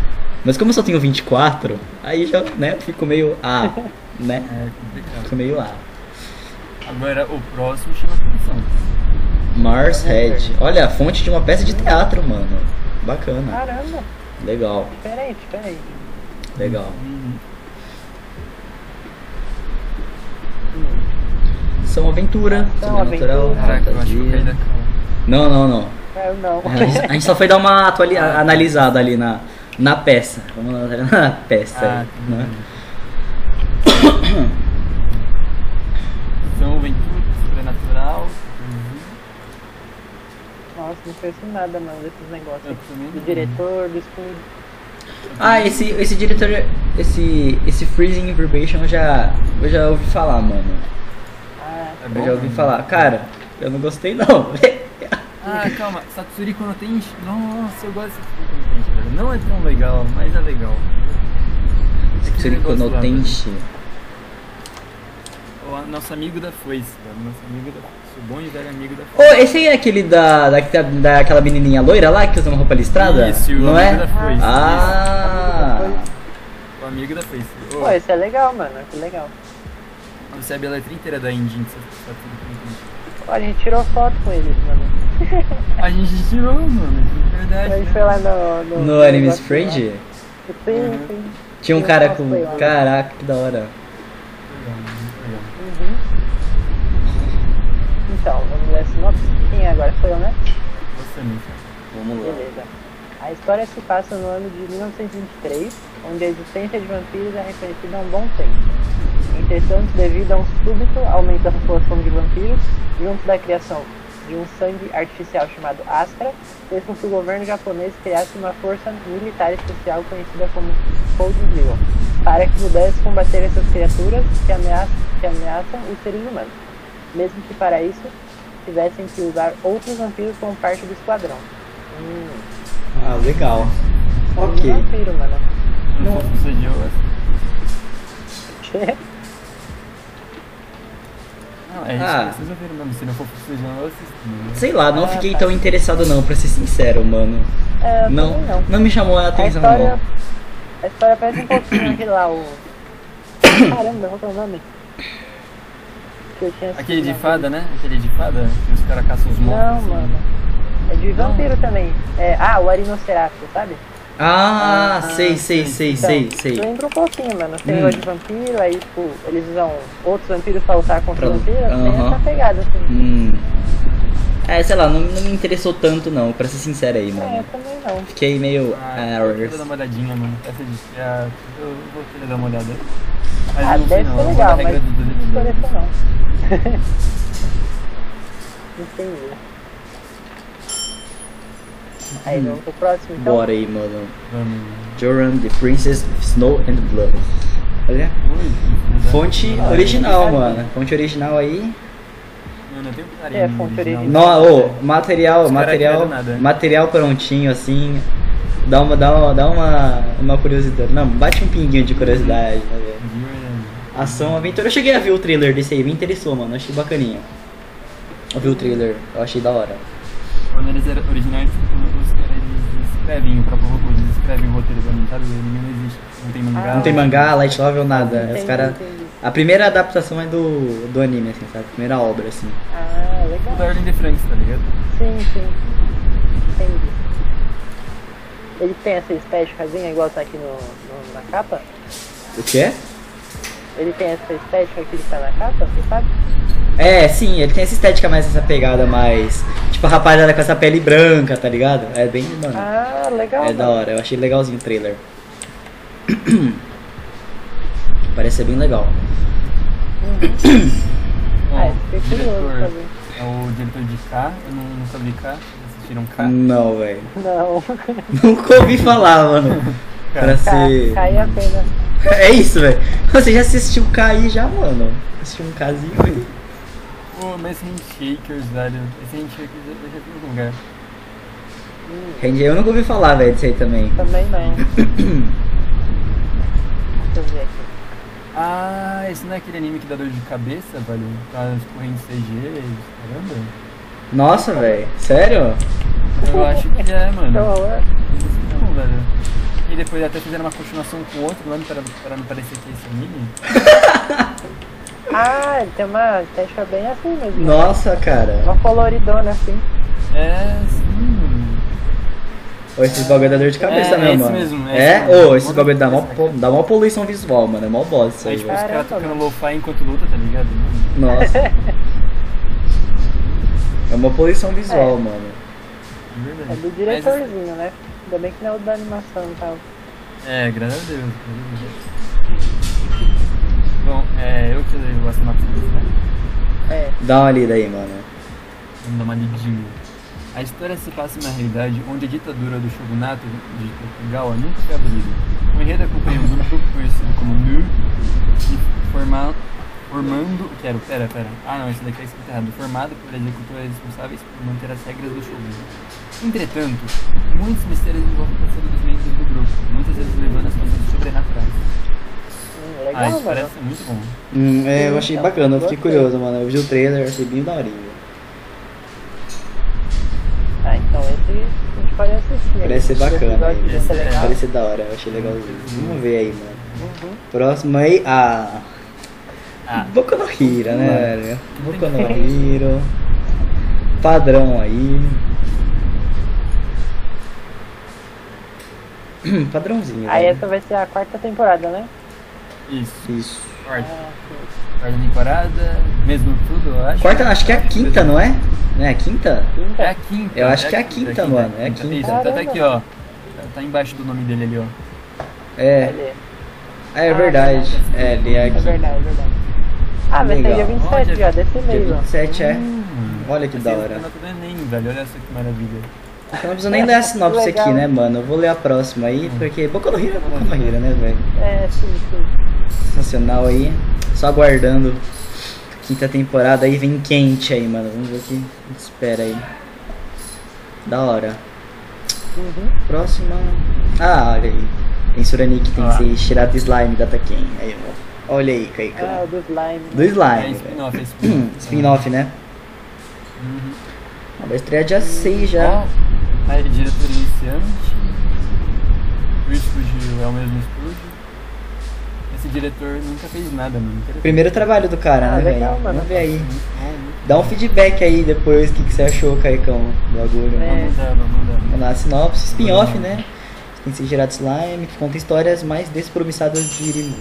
Speaker 1: Mas como eu só tenho 24, aí já, né, fico meio ah, né?
Speaker 2: É complicado.
Speaker 1: Fico meio ah.
Speaker 2: Agora, o próximo chama atenção.
Speaker 1: Mars Head. Olha, a fonte de uma peça de teatro, mano. Bacana.
Speaker 3: Caramba,
Speaker 1: Legal,
Speaker 3: diferente, diferente.
Speaker 1: legal.
Speaker 2: Uhum.
Speaker 1: São aventura,
Speaker 3: São
Speaker 1: sobrenatural,
Speaker 3: Aventura.
Speaker 2: Caraca, eu acho que eu caí né? da
Speaker 1: fantasia.
Speaker 2: cama.
Speaker 1: Não, não, não.
Speaker 3: Eu não.
Speaker 1: A gente- a gente só foi dar uma atuali- a- analisada ali na, na peça. Vamos analisar na peça.
Speaker 2: Ah,
Speaker 1: né?
Speaker 2: São aventura, Então, sobrenatural. uhum.
Speaker 3: Nossa, não conheço nada não desses negócios.
Speaker 2: é Eu também
Speaker 3: Do
Speaker 2: não.
Speaker 3: diretor, do estúdio.
Speaker 1: Ah, esse, esse diretor. Esse, esse Freezing Information eu já, eu já ouvi falar, mano.
Speaker 3: Ah,
Speaker 2: É
Speaker 1: Eu
Speaker 2: bom,
Speaker 1: já ouvi
Speaker 2: né?
Speaker 1: falar. Cara, eu não gostei não.
Speaker 2: Ah, calma, Satsuri quando tem. Nossa, eu gosto de Satsuri quando tem, velho. Não é tão legal, mas é legal.
Speaker 1: Suriko no Tenshi.
Speaker 2: O nosso amigo da foice, velho. Nosso amigo da foice. O bom e velho amigo da
Speaker 1: Oh, esse aí é aquele da, da, tá, daquela menininha loira lá que usa uma roupa listrada?
Speaker 2: Isso, o
Speaker 1: não
Speaker 2: amigo
Speaker 1: é?
Speaker 2: da foice.
Speaker 1: Ah!
Speaker 2: isso. O amigo da foice.
Speaker 3: pô,
Speaker 2: Ô,
Speaker 3: esse é legal, mano. Que legal.
Speaker 2: você é a letra inteira da Indie, Satsuri quando tem.
Speaker 3: Pô, a gente tirou foto com eles, mano.
Speaker 2: A gente tirou, mano. é Verdade.
Speaker 3: A gente
Speaker 2: né?
Speaker 3: foi lá no. No,
Speaker 1: No Anime's
Speaker 3: negócio lá.
Speaker 1: Friend?
Speaker 3: Sim, sim.
Speaker 1: Tinha um cara com. Caraca, que da hora.
Speaker 2: Legal, muito legal.
Speaker 3: Uhum. Então, vamos ler a sinopse? Quem é agora? Foi eu, né?
Speaker 2: Você, Mica.
Speaker 1: Vamos
Speaker 3: Beleza. A história se passa no ano de 1923, onde a existência de vampiros é reconhecida há um bom tempo. Entretanto, devido a um súbito aumento da população de vampiros, junto da criação de um sangue artificial chamado Astra, fez com que o governo japonês criasse uma força militar especial conhecida como Cold Zero, para que pudesse combater essas criaturas que ameaçam, que ameaçam os seres humanos, mesmo que para isso tivessem que usar outros vampiros como parte do esquadrão. Hum.
Speaker 1: Ah, legal.
Speaker 3: Ok.
Speaker 1: Ok.
Speaker 3: Vampiro, mano.
Speaker 2: Não precisa de eu. Não, é isso.
Speaker 1: Ah.
Speaker 2: Vocês ouviram mesmo. Se não for precisa de eu, eu assisto. né?
Speaker 1: Sei lá, não
Speaker 3: Ah,
Speaker 1: fiquei
Speaker 3: tá.
Speaker 1: tão interessado não, pra ser sincero, mano.
Speaker 3: É, eu
Speaker 1: Não,
Speaker 3: também não.
Speaker 1: não me chamou a
Speaker 3: A
Speaker 1: atenção
Speaker 3: história, a história parece um pouquinho aquele lá, o... Caramba, qual que é o nome? Que eu tinha
Speaker 2: Aquele
Speaker 3: assistido
Speaker 2: de
Speaker 3: na-
Speaker 2: fada, né? Aquele de fada que os caras caçam os monstros.
Speaker 3: Não,
Speaker 2: assim.
Speaker 3: mano. É de
Speaker 2: Não.
Speaker 3: vampiro também. É, ah, o Arinocerapto, sabe?
Speaker 1: não. Ah,
Speaker 2: Ah,
Speaker 1: sei, sei, sei,
Speaker 3: Então,
Speaker 1: sei, sei.
Speaker 3: Lembra um pouquinho, mano. Tem
Speaker 1: Hum.
Speaker 3: negócio de vampiro, aí, tipo, eles usam outros vampiros pra lutar contra
Speaker 1: Pra-
Speaker 3: os vampiros. Tem
Speaker 1: Aham.
Speaker 3: essa pegada, assim.
Speaker 1: Hum. É, sei lá, não, não me interessou tanto não, pra ser sincero aí,
Speaker 3: É, eu
Speaker 1: mano.
Speaker 3: também não.
Speaker 1: Fiquei meio.
Speaker 2: Ah,
Speaker 1: Ah,
Speaker 2: eu quero dar uma olhadinha, mano. Essa de. ah, eu vou querer dar uma olhada. Mas
Speaker 3: Ah,
Speaker 2: eu não sei
Speaker 3: deve
Speaker 2: não,
Speaker 3: ser
Speaker 2: eu vou
Speaker 3: legal,
Speaker 2: na
Speaker 3: mas
Speaker 2: regra do- do-
Speaker 3: não
Speaker 2: do-
Speaker 3: escolheu não. Entendi. Aí, vamos pro próximo então?
Speaker 1: Hum. Bora aí, mano.
Speaker 2: Vamos.
Speaker 1: Joram, The Princess, Snow and Blood. Olha.
Speaker 2: Ui,
Speaker 1: Fonte
Speaker 2: verdade.
Speaker 1: original,
Speaker 3: verdade.
Speaker 1: mano. Fonte original aí.
Speaker 2: Mano, eu tenho carinho.
Speaker 3: É, fonte original.
Speaker 1: No, ô, material,
Speaker 2: Os cara
Speaker 1: material,
Speaker 2: criaram nada. né?
Speaker 1: material prontinho assim. Dá uma, dá uma, dá uma, uma curiosidade. Não, bate um pinguinho de curiosidade, né, velho?
Speaker 2: Viu, é.
Speaker 1: Ação, aventura. Eu cheguei a ver o trailer desse aí, me interessou, mano. Achei bacaninha. Eu vi o trailer, eu achei da hora.
Speaker 2: Quando eles eram originais, tipo, os caras eles escrevem, pra povo eles escrevem o roteiro do anime, sabe? O anime não existe. Não tem mangá.
Speaker 3: Ah.
Speaker 1: Não tem mangá, light novel, nada. Os
Speaker 3: Entendi,
Speaker 1: cara,
Speaker 3: entendi.
Speaker 1: a primeira adaptação é do, do anime, assim, sabe? A primeira obra, assim.
Speaker 3: Ah,
Speaker 2: O da
Speaker 3: legal.
Speaker 2: Ordem de Franks, tá ligado?
Speaker 3: Sim, sim. Entendi. Ele tem essa estéticazinha igual tá aqui no, no- na capa?
Speaker 1: O que é?
Speaker 3: Ele tem essa estética aqui que tá na capa, você sabe?
Speaker 1: É, sim, ele tem essa estética mais, essa pegada mais. Tipo, a rapaziada com essa pele branca, tá ligado? É bem, mano.
Speaker 3: Ah, legal.
Speaker 1: É da
Speaker 3: mano.
Speaker 1: hora, eu achei legalzinho o trailer. Parece ser bem legal.
Speaker 3: Uhum.
Speaker 2: Bom,
Speaker 3: Ah, eu fiquei
Speaker 2: o
Speaker 3: curioso pra
Speaker 2: diretor
Speaker 3: ver.
Speaker 2: é o diretor de K, eu não, nunca vi K, vocês assistiram K?
Speaker 1: Não, velho.
Speaker 3: Não.
Speaker 1: Nunca ouvi falar, mano. Pra ser.
Speaker 3: Cai, cai a pena.
Speaker 1: É isso, velho. Você já assistiu cair já, mano? Assistiu um casinho aí.
Speaker 2: Pô, mas esse handshakers, velho. Esse handshakers eu já vi em algum lugar.
Speaker 3: Hum,
Speaker 1: Gente, Eu nunca ouvi falar, velho, disso aí também.
Speaker 3: também não. Deixa eu ver aqui.
Speaker 2: Ah, esse não é aquele anime que dá dor de cabeça, velho? Tá correndo CG, caramba.
Speaker 1: Nossa, velho. Sério?
Speaker 2: Eu acho que é, mano.
Speaker 3: Então, é-
Speaker 2: Não, velho. E depois até fizeram uma continuação com o outro nome para, para não parecer que esse é anime.
Speaker 3: Ah, ele tem uma testa bem assim mesmo.
Speaker 1: Nossa, cara.
Speaker 3: Uma coloridona assim.
Speaker 2: É, sim.
Speaker 1: Ô, esses bagulho dá dor de cabeça,
Speaker 2: É,
Speaker 1: né,
Speaker 2: é esse
Speaker 1: mano?
Speaker 2: mesmo, é
Speaker 1: é,
Speaker 2: esse mesmo.
Speaker 1: ô, esses bagulho dá mó,
Speaker 2: Esse
Speaker 1: po- dá mó poluição visual, mano. É mó bosta isso
Speaker 2: Aí
Speaker 1: aí,
Speaker 2: tipo,
Speaker 1: velho.
Speaker 2: os
Speaker 3: Caraca,
Speaker 2: caras tocando
Speaker 3: mano.
Speaker 2: lo-fi enquanto luta, tá ligado? Mano,
Speaker 1: Nossa. É uma poluição visual,
Speaker 3: É.
Speaker 1: mano.
Speaker 2: de verdade.
Speaker 3: É do
Speaker 2: Mas,
Speaker 3: diretorzinho, né? Ainda bem que não é o da animação e tal.
Speaker 2: É, graças a Deus. graças a Deus. Bom, é, eu que levo a sinopse disso, né?
Speaker 3: É.
Speaker 1: Dá uma lida aí, mano.
Speaker 2: Vamos dar uma lidinha. A história se passa em uma realidade onde a ditadura do shogunato de Portugal nunca foi abolida. O enredo acompanha um grupo conhecido como NU, e forma, formando. Quero, pera, pera. Ah não, esse daqui é escrito errado. Formado por executores responsáveis por manter as regras do shogun. Entretanto, muitos mistérios envolvem o passado dos membros do grupo, muitas vezes levando a situações sobrenaturais.
Speaker 3: Hum,
Speaker 2: Ah,
Speaker 3: legal,
Speaker 2: isso
Speaker 3: mano.
Speaker 2: parece muito bom.
Speaker 1: Hum, é, eu
Speaker 3: Sim,
Speaker 1: achei
Speaker 3: eu
Speaker 1: bacana, eu fiquei
Speaker 3: Então, gostei.
Speaker 1: curioso, mano. Eu vi o trailer, achei bem daorinho.
Speaker 3: Ah, então esse a gente pode assistir.
Speaker 1: Parece ser
Speaker 3: Esse
Speaker 1: bacana,
Speaker 3: episódio
Speaker 1: hein?
Speaker 3: vai
Speaker 2: é
Speaker 3: ser legal.
Speaker 1: Parece da hora, eu achei legalzinho. Vamos ver aí, mano.
Speaker 3: Uhum.
Speaker 1: Próximo aí, a.
Speaker 2: Ah,
Speaker 1: Boku no Hero, né,
Speaker 2: Mano.
Speaker 1: velho? Boku no Hero. Padrão aí. Hum, Padrãozinho.
Speaker 3: Aí
Speaker 1: velho.
Speaker 3: essa vai ser a quarta temporada, né?
Speaker 2: isso.
Speaker 1: Isso.
Speaker 2: Quarta,
Speaker 3: Ah, sim.
Speaker 2: quarta temporada, mesmo tudo, eu acho.
Speaker 1: Quarta, acho que é a quinta, não é? Não é a quinta?
Speaker 3: Quinta?
Speaker 2: É a quinta.
Speaker 1: Eu acho que é a quinta, mano, é a quinta.
Speaker 2: Isso, tá até
Speaker 3: Caramba.
Speaker 2: aqui, ó. Tá embaixo do nome dele ali, ó.
Speaker 1: É.
Speaker 3: Cadê?
Speaker 1: Ah, é
Speaker 3: Ah,
Speaker 1: verdade.
Speaker 3: verdade.
Speaker 1: É, ele é
Speaker 3: É
Speaker 1: aqui.
Speaker 3: verdade, é verdade. Ah, vai
Speaker 1: Legal.
Speaker 3: ser dia
Speaker 2: é
Speaker 3: 27 já, desse
Speaker 1: Dia
Speaker 3: mês, ó.
Speaker 1: 27 é.
Speaker 2: Hum.
Speaker 1: Olha que
Speaker 2: Vai
Speaker 1: da
Speaker 2: ser
Speaker 1: hora.
Speaker 2: no canal do Enem, velho. Olha só que maravilha.
Speaker 1: Então, Eu não preciso nem ler a sinopse
Speaker 3: Legal.
Speaker 1: aqui, né, mano? Eu vou ler a próxima aí, porque Boku no Hero é Boku no Hero, né, velho?
Speaker 3: É, sim, sim.
Speaker 1: Sensacional aí. Só aguardando. Quinta temporada aí vem quente aí, mano. Vamos ver o que espera aí. Da hora.
Speaker 3: Uhum.
Speaker 1: Próxima. Ah, olha aí. Tem Suranik, tem
Speaker 2: Ah.
Speaker 1: que tirar do slime da Taken. Aí, ó. Olha aí, Kaiko.
Speaker 3: Ah, o do slime.
Speaker 1: Do
Speaker 2: É
Speaker 1: slime. velho.
Speaker 2: spin-off, é
Speaker 1: Ah, Hum,
Speaker 2: spin-off.
Speaker 1: Spin-off, né?
Speaker 2: Uhum.
Speaker 1: Ah, Vai estrear dia 6 já.
Speaker 2: Ó, Aí, diretor iniciante. O estúdio é o mesmo estúdio. Esse diretor nunca fez nada, mano. Interessante.
Speaker 1: Primeiro trabalho do cara,
Speaker 3: Ah,
Speaker 1: né,
Speaker 3: legal,
Speaker 1: velho?
Speaker 3: mano.
Speaker 1: Vamos ver aí.
Speaker 2: Muito bom, muito
Speaker 1: Dá um feedback aí depois, o que, que você achou, Caicão, do bagulho. né?
Speaker 2: bom.
Speaker 3: É.
Speaker 2: Vamos dar, vamos dar.
Speaker 1: Vamos lá, sinopse, spin-off, né? Tem que ser gerado slime, que conta histórias mais despromissadas de Irimu.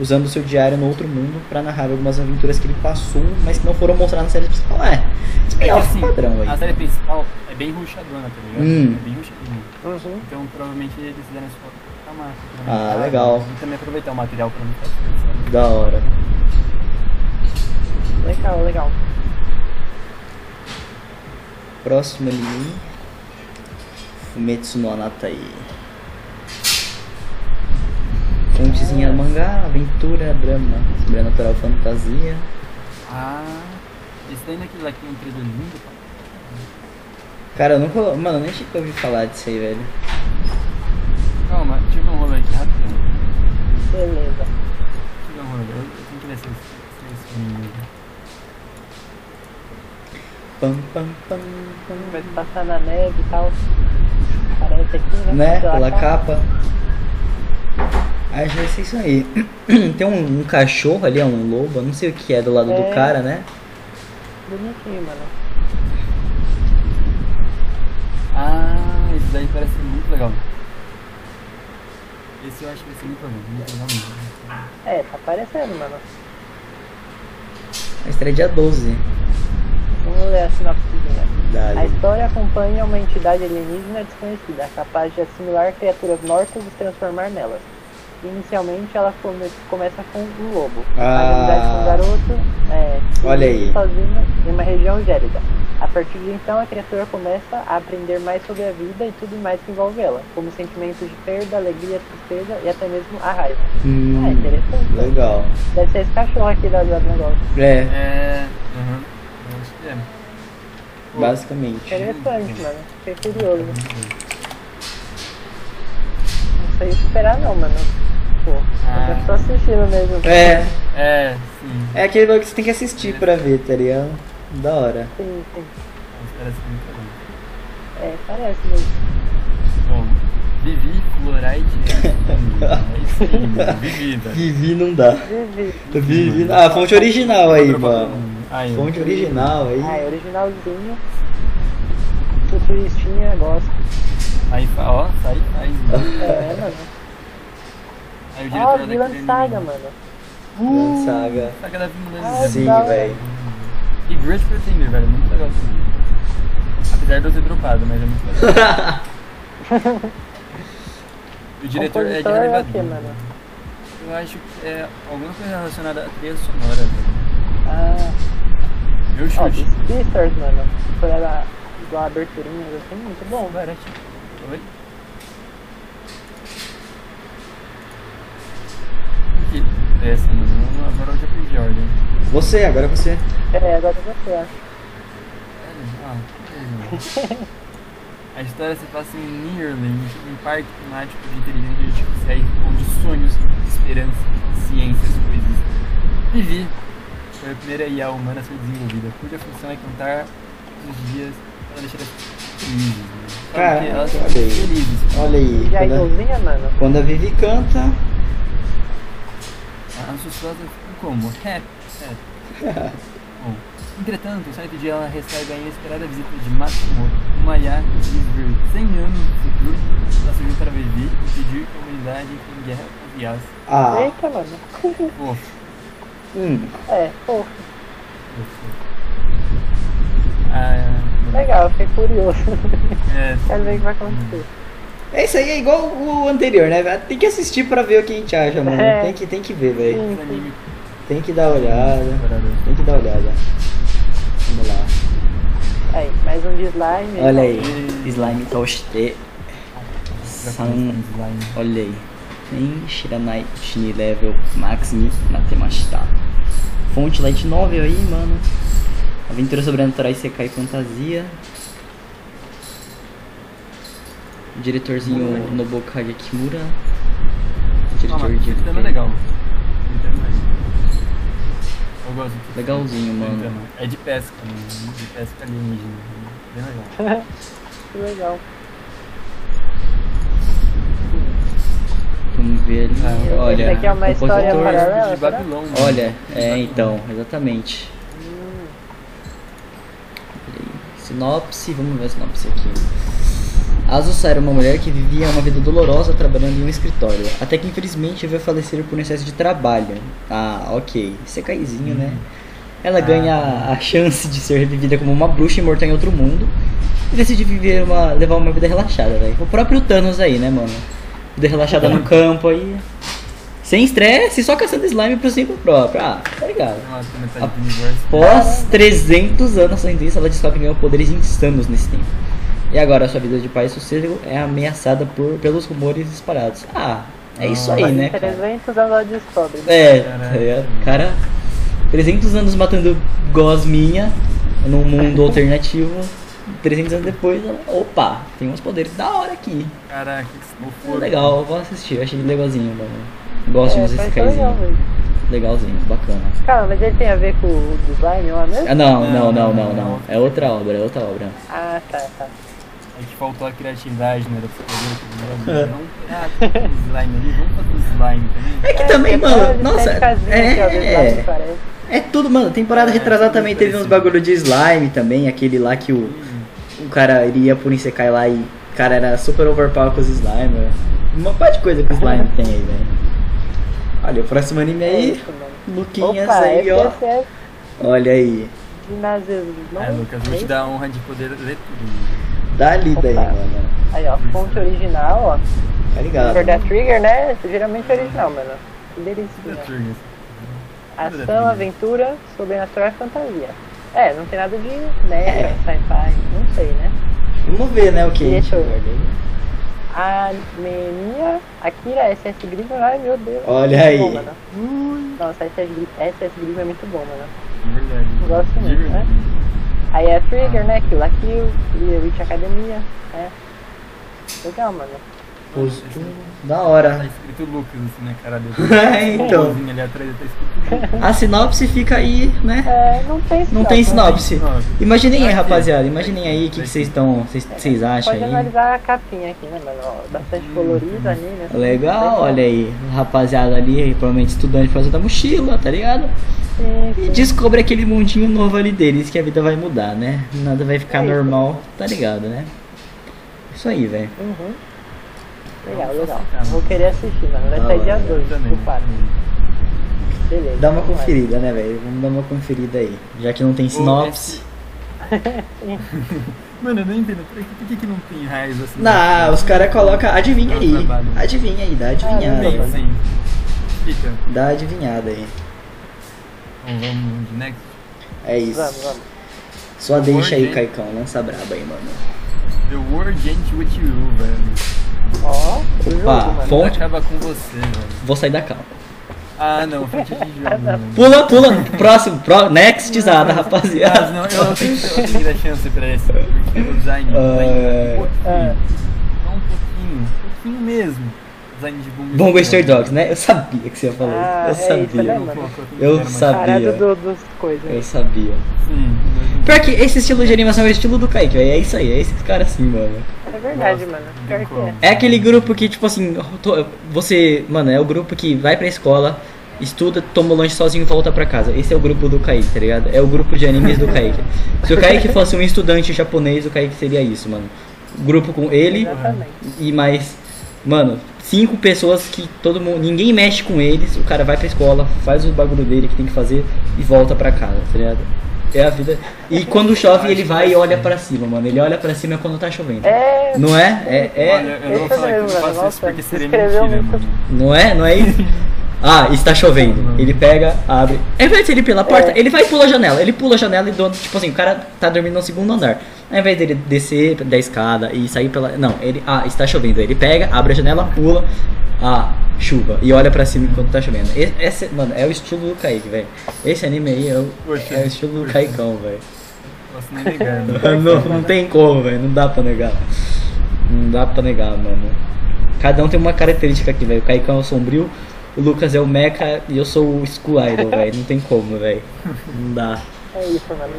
Speaker 1: Usando seu diário no outro mundo pra narrar algumas aventuras que ele passou, mas que não foram mostradas na série principal. É,
Speaker 2: É que,
Speaker 1: spin-off
Speaker 2: assim,
Speaker 1: padrão
Speaker 2: A
Speaker 1: aí.
Speaker 2: série principal é bem ruchadona, tá ligado?
Speaker 1: Hum.
Speaker 2: É bem ruchadinha.
Speaker 3: Uhum.
Speaker 2: Então provavelmente eles fizeram isso pra calmar.
Speaker 1: Ah, legal.
Speaker 2: né? E também aproveitar o material pra não ficar desperdiçado.
Speaker 1: Da hora.
Speaker 3: Legal, legal.
Speaker 1: Próximo ali. Fumetsu no Anatai. Fontezinha mangá, aventura, drama, sobrenatural, fantasia.
Speaker 2: Ah, esse daí naquele lá que tem um trailer lindo, pá.
Speaker 1: Cara, eu nunca. Mano, eu nem tinha ouvido falar disso aí, velho.
Speaker 2: Calma, deixa eu ver um rolê aqui rápido. Deixa
Speaker 3: Beleza.
Speaker 2: eu ver um rolê. Eu, eu tenho que ver se esse se esse anime mesmo.
Speaker 1: Pam, pam, pam,
Speaker 3: Vai passar na neve e tal. Parece aqui, né?
Speaker 1: pam. Né?
Speaker 3: Pela
Speaker 1: Pela
Speaker 3: capa.
Speaker 1: capa. Acho que vai ser isso aí. Tem um, um cachorro ali, é um lobo, eu não sei o que é do lado do
Speaker 3: É.
Speaker 1: cara, né?
Speaker 3: Bonitinho, mano.
Speaker 2: Ah, esse daí parece muito legal. Esse eu acho que vai ser muito legal. Muito legal mesmo.
Speaker 3: É, tá aparecendo, mano.
Speaker 1: A estreia é dia 12.
Speaker 3: Vamos ler a sinopsezinha. A
Speaker 1: Dali.
Speaker 3: história acompanha uma entidade alienígena desconhecida, capaz de assimilar criaturas mortas e transformar nelas. Inicialmente, ela come- começa com um lobo.
Speaker 1: Ah.
Speaker 3: A amizade com um garoto é, que
Speaker 1: Olha
Speaker 3: vive
Speaker 1: aí.
Speaker 3: sozinho em uma região gélida. A partir de então, a criatura começa a aprender mais sobre a vida e tudo mais que envolve ela, como sentimentos de perda, alegria, tristeza e até mesmo a raiva.
Speaker 1: Hum,
Speaker 3: Ah, interessante.
Speaker 1: legal.
Speaker 3: Deve ser esse cachorro aqui da do negócio.
Speaker 1: É,
Speaker 2: É. Aham. Eu acho que é. Pô,
Speaker 1: basicamente.
Speaker 3: Interessante, mano. Fiquei curioso. Não sei esperar não, mano. Pô,
Speaker 2: Ah.
Speaker 3: eu tô assistindo mesmo.
Speaker 1: É,
Speaker 2: É, sim.
Speaker 1: é aquele bagulho que você tem que assistir pra ver, tá ligado? Da hora.
Speaker 3: Sim, sim.
Speaker 2: Mas Parece muito legal.
Speaker 3: É, parece mesmo.
Speaker 2: Bom, Vivi, Clorite. É isso aí, vivida.
Speaker 1: Vivi não dá.
Speaker 3: Vivi.
Speaker 1: Vivi. Ah, fonte original aí,
Speaker 2: Pra botar
Speaker 1: mano.
Speaker 2: um- Aí,
Speaker 1: Fonte original
Speaker 3: Ah,
Speaker 1: aí.
Speaker 3: é originalzinho. Futuristinha, gosto.
Speaker 2: aí, fa- ó, sai, sai.
Speaker 3: É, mano.
Speaker 2: Aí o
Speaker 3: Ah,
Speaker 2: diretor
Speaker 3: Villain
Speaker 2: daquele- Tá
Speaker 3: Saga, mano.
Speaker 1: Vinland Saga.
Speaker 2: Saga da Vinland
Speaker 3: Ah,
Speaker 2: Saga.
Speaker 1: Sim,
Speaker 3: da hora.
Speaker 1: velho.
Speaker 2: E Great Pretender, velho, é muito legal esse jogo. Apesar de eu ter dropado, mas é muito legal. E O diretor é de
Speaker 3: Compositor é o quê,
Speaker 2: Nevadinho.
Speaker 3: mano?
Speaker 2: Eu acho que é alguma coisa relacionada à trilha sonora. velho.
Speaker 3: Ah,
Speaker 2: Meu
Speaker 3: ó,
Speaker 2: chute.
Speaker 3: os Sisters, mano. Por ela do aberturinha, assim, muito bom, velho.
Speaker 2: Cara, tipo, Oi? Que péssimo, mano. Agora eu já perdi a ordem.
Speaker 1: Você, agora você.
Speaker 3: É, agora você, acho.
Speaker 2: Ah, que beleza. A história se passa em Nearland, um parque temático de inteligência artificial onde sonhos, esperança e ciências coexistem. Vivi foi a primeira IA humana a ser desenvolvida, cuja função é contar os dias para deixar as pessoas felizes. Né? Só
Speaker 1: Cara,
Speaker 2: que elas
Speaker 1: olha
Speaker 2: ficam
Speaker 1: aí.
Speaker 2: felizes.
Speaker 1: Olha aí.
Speaker 2: Tá
Speaker 3: E a
Speaker 1: Quando a,
Speaker 3: Idolzinha, mano?
Speaker 1: quando a Vivi canta.
Speaker 2: As pessoas ficam como? Happy, happy. Bom, entretanto, um certo dia ela recebe a inesperada visita de Matsumoto, uma IA que diz ver 100 anos no futuro, ela surgiu para viver e pedir que a humanidade entre em guerra com as IAs.
Speaker 1: Ah.
Speaker 3: Eita, mano.
Speaker 2: Pô,
Speaker 1: Hum.
Speaker 3: É, pô,
Speaker 2: ah,
Speaker 3: legal, fiquei curioso.
Speaker 2: é,
Speaker 3: Quero ver o que vai acontecer.
Speaker 1: É isso aí, é igual o anterior, né? velho? Tem que assistir pra ver o que a gente acha, mano.
Speaker 3: É.
Speaker 1: Tem, que, tem que ver, velho.
Speaker 3: Sim,
Speaker 2: esse
Speaker 3: sim.
Speaker 2: anime
Speaker 1: Tem que dar uma olhada.
Speaker 2: temporada.
Speaker 1: Tem que dar uma olhada. Vamos lá.
Speaker 3: Aí, mais um de slime.
Speaker 1: Olha aí.
Speaker 2: E-
Speaker 1: Slime Toshite.
Speaker 2: Já
Speaker 1: San.
Speaker 2: falamos de slime.
Speaker 1: Olha aí. Nen Shiranai Shini Level Max ni Natemashita. Fonte Light Novel aí, mano. Aventura sobrenaturais, Sekai e Fantasia. Diretorzinho Nobukage Kimura.
Speaker 2: Ah,
Speaker 1: Diretor
Speaker 2: mas
Speaker 1: de.
Speaker 2: esse tema é legal. Esse tema é mais- Eu gosto desse
Speaker 1: Legalzinho,
Speaker 2: tema.
Speaker 1: mano.
Speaker 2: É de pesca, mano. de pesca alienígena. Bem legal.
Speaker 3: Que legal.
Speaker 1: Vamos ver ali.
Speaker 2: Ah,
Speaker 1: Olha,
Speaker 3: esse aqui é uma história
Speaker 1: compositor.
Speaker 3: paralela.
Speaker 2: de Babilônia.
Speaker 1: Olha, é então, exatamente. Peraí. Sinopse, vamos ver a sinopse aqui. Azusa era uma mulher que vivia uma vida dolorosa trabalhando em um escritório, até que infelizmente veio a falecer por excesso de trabalho. Ah, ok. Isso é caizinho, né? Ela
Speaker 2: Ah.
Speaker 1: ganha a- a chance de ser revivida como uma bruxa imortal em outro mundo e decide viver uma, levar uma vida relaxada, velho. O próprio Thanos aí, né, mano? Vida relaxada no campo aí. Sem estresse, só caçando slime pro cinco próprio. Ah, tá ligado.
Speaker 2: Nossa, metade do universo.
Speaker 1: Após 300 anos saindo disso, ela descobre que ganhou poderes insanos nesse tempo. E agora sua vida de paz e sossego é ameaçada por, pelos rumores espalhados. Ah, é isso
Speaker 2: Ah,
Speaker 1: aí,
Speaker 3: Faz
Speaker 1: né? Cara?
Speaker 3: 300 anos ela descobre.
Speaker 1: É,
Speaker 2: Caraca.
Speaker 1: tá ligado? cara, 300 anos matando gosminha num mundo alternativo. 300 anos depois, ela, opa, tem uns poderes da hora aqui.
Speaker 2: Caraca, que fofura.
Speaker 1: é Legal, eu vou assistir, eu achei legalzinho, mano. Gosto
Speaker 3: é,
Speaker 1: de
Speaker 3: parece
Speaker 1: desses
Speaker 3: legal,
Speaker 1: caizinhos.
Speaker 3: velho.
Speaker 1: Legalzinho, bacana.
Speaker 3: Cara, mas ele tem a ver com o design lá mesmo?
Speaker 1: Ah, não, não, não, não, não. É outra obra, é outra obra.
Speaker 3: Ah, tá, tá.
Speaker 2: É que faltou a criatividade, né? Da psicologia. que não- Vamos pegar um slime ali, vamos fazer um slime
Speaker 1: É
Speaker 2: também.
Speaker 1: que também,
Speaker 3: Cara,
Speaker 1: mano,
Speaker 3: ele
Speaker 1: nossa,
Speaker 3: tem casinha aqui, ó, do slime,
Speaker 1: é,
Speaker 3: parece.
Speaker 1: é tudo, mano, temporada
Speaker 2: É,
Speaker 1: retrasada
Speaker 2: tudo
Speaker 1: também teve uns
Speaker 2: parecido.
Speaker 1: bagulho de slime também, aquele lá que o, o cara iria por Insekai lá e o cara era super overpower com os slime, né? uma parte de coisa que o slime tem aí, velho. Olha, o próximo anime
Speaker 3: É
Speaker 1: aí,
Speaker 3: isso, mano.
Speaker 1: Luquinhas
Speaker 3: Opa, é
Speaker 1: aí, ó,
Speaker 3: FSF
Speaker 1: olha aí,
Speaker 3: de Nazismo.
Speaker 2: Ah, Lucas,
Speaker 3: é
Speaker 2: vou te dar a honra de poder ler tudo.
Speaker 1: dá lida aí,
Speaker 3: Opa. É
Speaker 1: mano,
Speaker 3: Aí, ó, fonte original, ó.
Speaker 1: tá ligado?
Speaker 3: Trigger da Trigger, né? Geralmente é original, mano. Que
Speaker 2: Tudo é
Speaker 3: Delicinha.
Speaker 2: turno.
Speaker 3: Ação, aventura, sobrenatural e fantasia. É, não tem nada de, né,
Speaker 1: É.
Speaker 3: sci-fi, não sei, né?
Speaker 1: Vamos ver, né, o que a gente
Speaker 3: Deixa eu-
Speaker 1: guarda aí.
Speaker 3: A Menia Akira SS Grimm, ai meu Deus.
Speaker 1: Olha
Speaker 3: muito
Speaker 1: aí.
Speaker 3: Bom, mano. Nossa, SS, Gri- SS Grimm é muito bom, mano.
Speaker 2: De verdade.
Speaker 3: Eu gosto
Speaker 2: De
Speaker 3: muito,
Speaker 2: verdade.
Speaker 3: Aí é Trigger, né? Kill la Kill, The Witch Academia, né? Legal, mano.
Speaker 1: Posto. Da hora.
Speaker 2: Tá escrito Lucas assim na cara dele.
Speaker 1: É, então.
Speaker 2: Um pauzinho ali atrás tá escrito Lucas.
Speaker 1: A sinopse fica aí, né?
Speaker 3: É, não tem sinopse.
Speaker 1: Não tem sinopse.
Speaker 2: sinopse.
Speaker 1: Imaginem aí,
Speaker 2: Aqui.
Speaker 1: rapaziada. Imaginem aí o que que vocês estão. vocês- Vocês acham
Speaker 3: Pode
Speaker 1: aí? Hum,
Speaker 3: analisar a capinha aqui, né, mano? Ó, Bastante colorida ali, né?
Speaker 1: Legal, olha aí. Rapaziada ali, provavelmente estudante fazendo a mochila, tá ligado?
Speaker 3: Sim,
Speaker 1: E
Speaker 3: sim.
Speaker 1: descobre aquele mundinho novo ali deles que a vida vai mudar, né? Nada vai ficar
Speaker 3: É isso.
Speaker 1: normal, tá ligado, né? Isso aí, velho.
Speaker 3: Uhum. Legal,
Speaker 2: Vamos
Speaker 3: legal.
Speaker 2: classificar, né?
Speaker 3: Vou querer assistir, mano. Vai
Speaker 1: Da
Speaker 3: sair dia
Speaker 1: hora.
Speaker 3: 2,
Speaker 2: Também.
Speaker 3: do 4. Beleza.
Speaker 1: Tá Dá uma
Speaker 3: vamos lá.
Speaker 1: conferida, né, velho? Vamos dar uma conferida aí. Já que não tem sinopse.
Speaker 2: Mano, eu não entendo. Por que, por que, que não tem raios assim?
Speaker 1: Não, os caras colocam. Adivinha
Speaker 2: Dá um
Speaker 1: aí.
Speaker 2: trabalho.
Speaker 1: Adivinha aí, dá
Speaker 3: Ah,
Speaker 2: Bem,
Speaker 1: adivinhada.
Speaker 3: não
Speaker 1: mano.
Speaker 2: sim. assim. Fica.
Speaker 1: Dá adivinhada aí.
Speaker 2: Então vamos de next.
Speaker 1: É isso.
Speaker 3: Vamos, vamos.
Speaker 1: Só deixa aí,
Speaker 2: hein?
Speaker 1: Caicão. Lança braba aí, mano.
Speaker 2: The World Ain't With You, velho.
Speaker 3: Ó, o jogo,
Speaker 1: Opa,
Speaker 3: mano.
Speaker 1: fo- Bom.
Speaker 2: Acaba com você, velho.
Speaker 1: Vou sair da calma.
Speaker 2: Ah, não. Foi de jogo. né? mano.
Speaker 1: Pula, pula. Próximo, pro... nextizada,
Speaker 2: Ah,
Speaker 1: rapaziada.
Speaker 2: não, eu, eu, tenho, que- eu tenho que dar chance pra esse, porque o design
Speaker 1: É.
Speaker 2: é um pouquinho,
Speaker 3: É.
Speaker 2: só um pouquinho, um pouquinho mesmo, design de Bomba
Speaker 1: Bom Buster Dogs, né? Eu sabia que você ia falar
Speaker 3: Ah,
Speaker 1: isso.
Speaker 3: é
Speaker 1: Eu
Speaker 3: isso,
Speaker 1: sabia.
Speaker 3: né? mano?
Speaker 1: Eu sabia.
Speaker 3: Parada do, dos coisas.
Speaker 1: Eu sabia.
Speaker 2: Sim,
Speaker 1: Pior que esse estilo de animação é o estilo do Kaique, velho. É isso aí, é esse cara assim, mano.
Speaker 3: É verdade,
Speaker 2: Nossa,
Speaker 3: mano. Pior que é.
Speaker 2: como.
Speaker 1: É aquele grupo que, tipo assim, to- você. Mano, é o grupo que vai pra escola, estuda, toma o lanche sozinho e volta pra casa. Esse é o grupo do Kaique, tá ligado? É o grupo de animes do Kaique. Se o Kaique fosse um estudante japonês, o Kaique seria isso, mano. Grupo com ele
Speaker 3: Exatamente.
Speaker 1: e mais. Mano, cinco pessoas que todo mundo. Ninguém mexe com eles, o cara vai pra escola, faz o bagulho dele que tem que fazer e volta pra casa, tá ligado? É a vida. E quando chove, ele vai e olha pra cima, mano. Ele olha pra cima quando tá chovendo.
Speaker 3: É,
Speaker 1: Não é? É, é.
Speaker 2: Olha, eu não vou
Speaker 3: Esse
Speaker 2: falar que eu
Speaker 3: mesmo, mano.
Speaker 2: faço isso
Speaker 3: Nossa,
Speaker 2: porque seria
Speaker 3: escreveu
Speaker 2: mentira,
Speaker 3: muito.
Speaker 2: mano.
Speaker 1: Não é? Não é isso? Ah, está chovendo. Ele pega, abre. Ao invés de ele ir pela porta,
Speaker 3: É.
Speaker 1: ele vai e pula a janela. Ele pula a janela e, do, tipo assim, o cara tá dormindo no segundo andar. Ao invés dele descer da escada e sair pela. Não, ele. Ah, está chovendo. Ele pega, abre a janela, pula. Ah, chuva. E olha pra cima enquanto tá chovendo. E- Esse, mano, é o estilo do Kaique, velho. Esse anime aí é o,
Speaker 2: Poxa.
Speaker 1: é o estilo do Caicão, velho.
Speaker 2: Posso nem né? negar, mano.
Speaker 1: Não, não tem como, velho. Não dá pra negar. Não dá pra negar, mano. Cada um tem uma característica aqui, velho. O Caicão é o sombrio, o Lucas é o Mecha e eu sou o School Idol, velho. Não tem como, velho. Não dá.
Speaker 3: é isso, mano.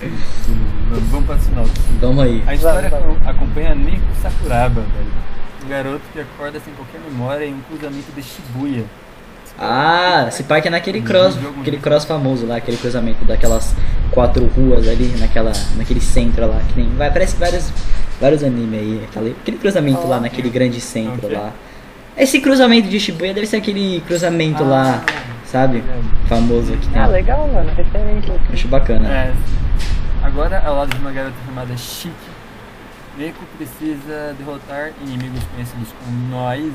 Speaker 2: Vamos- Vamos pra sinopse.
Speaker 1: Vamos aí.
Speaker 2: A história
Speaker 3: Vai, vai.
Speaker 2: acom- acompanha Neko é Sakuraba, velho. Um garoto que acorda sem qualquer memória em um cruzamento de Shibuya.
Speaker 1: Ah, esse parque é naquele cross,
Speaker 2: Uhum.
Speaker 1: aquele cross famoso lá, aquele cruzamento daquelas quatro ruas ali, naquela, naquele centro lá, que nem. Vai, aparece vários, vários animes aí, aquele, aquele cruzamento lá, naquele grande centro
Speaker 2: Ok.
Speaker 1: lá. Esse cruzamento de Shibuya deve ser aquele cruzamento
Speaker 2: Ah, é
Speaker 1: lá, sabe?
Speaker 2: verdade.
Speaker 1: Famoso que tem.
Speaker 3: Ah, legal, mano. Referência.
Speaker 1: Acho bacana.
Speaker 2: É. Agora, ao lado de uma garota chamada Chique, Neko precisa derrotar inimigos conhecidos como Noise,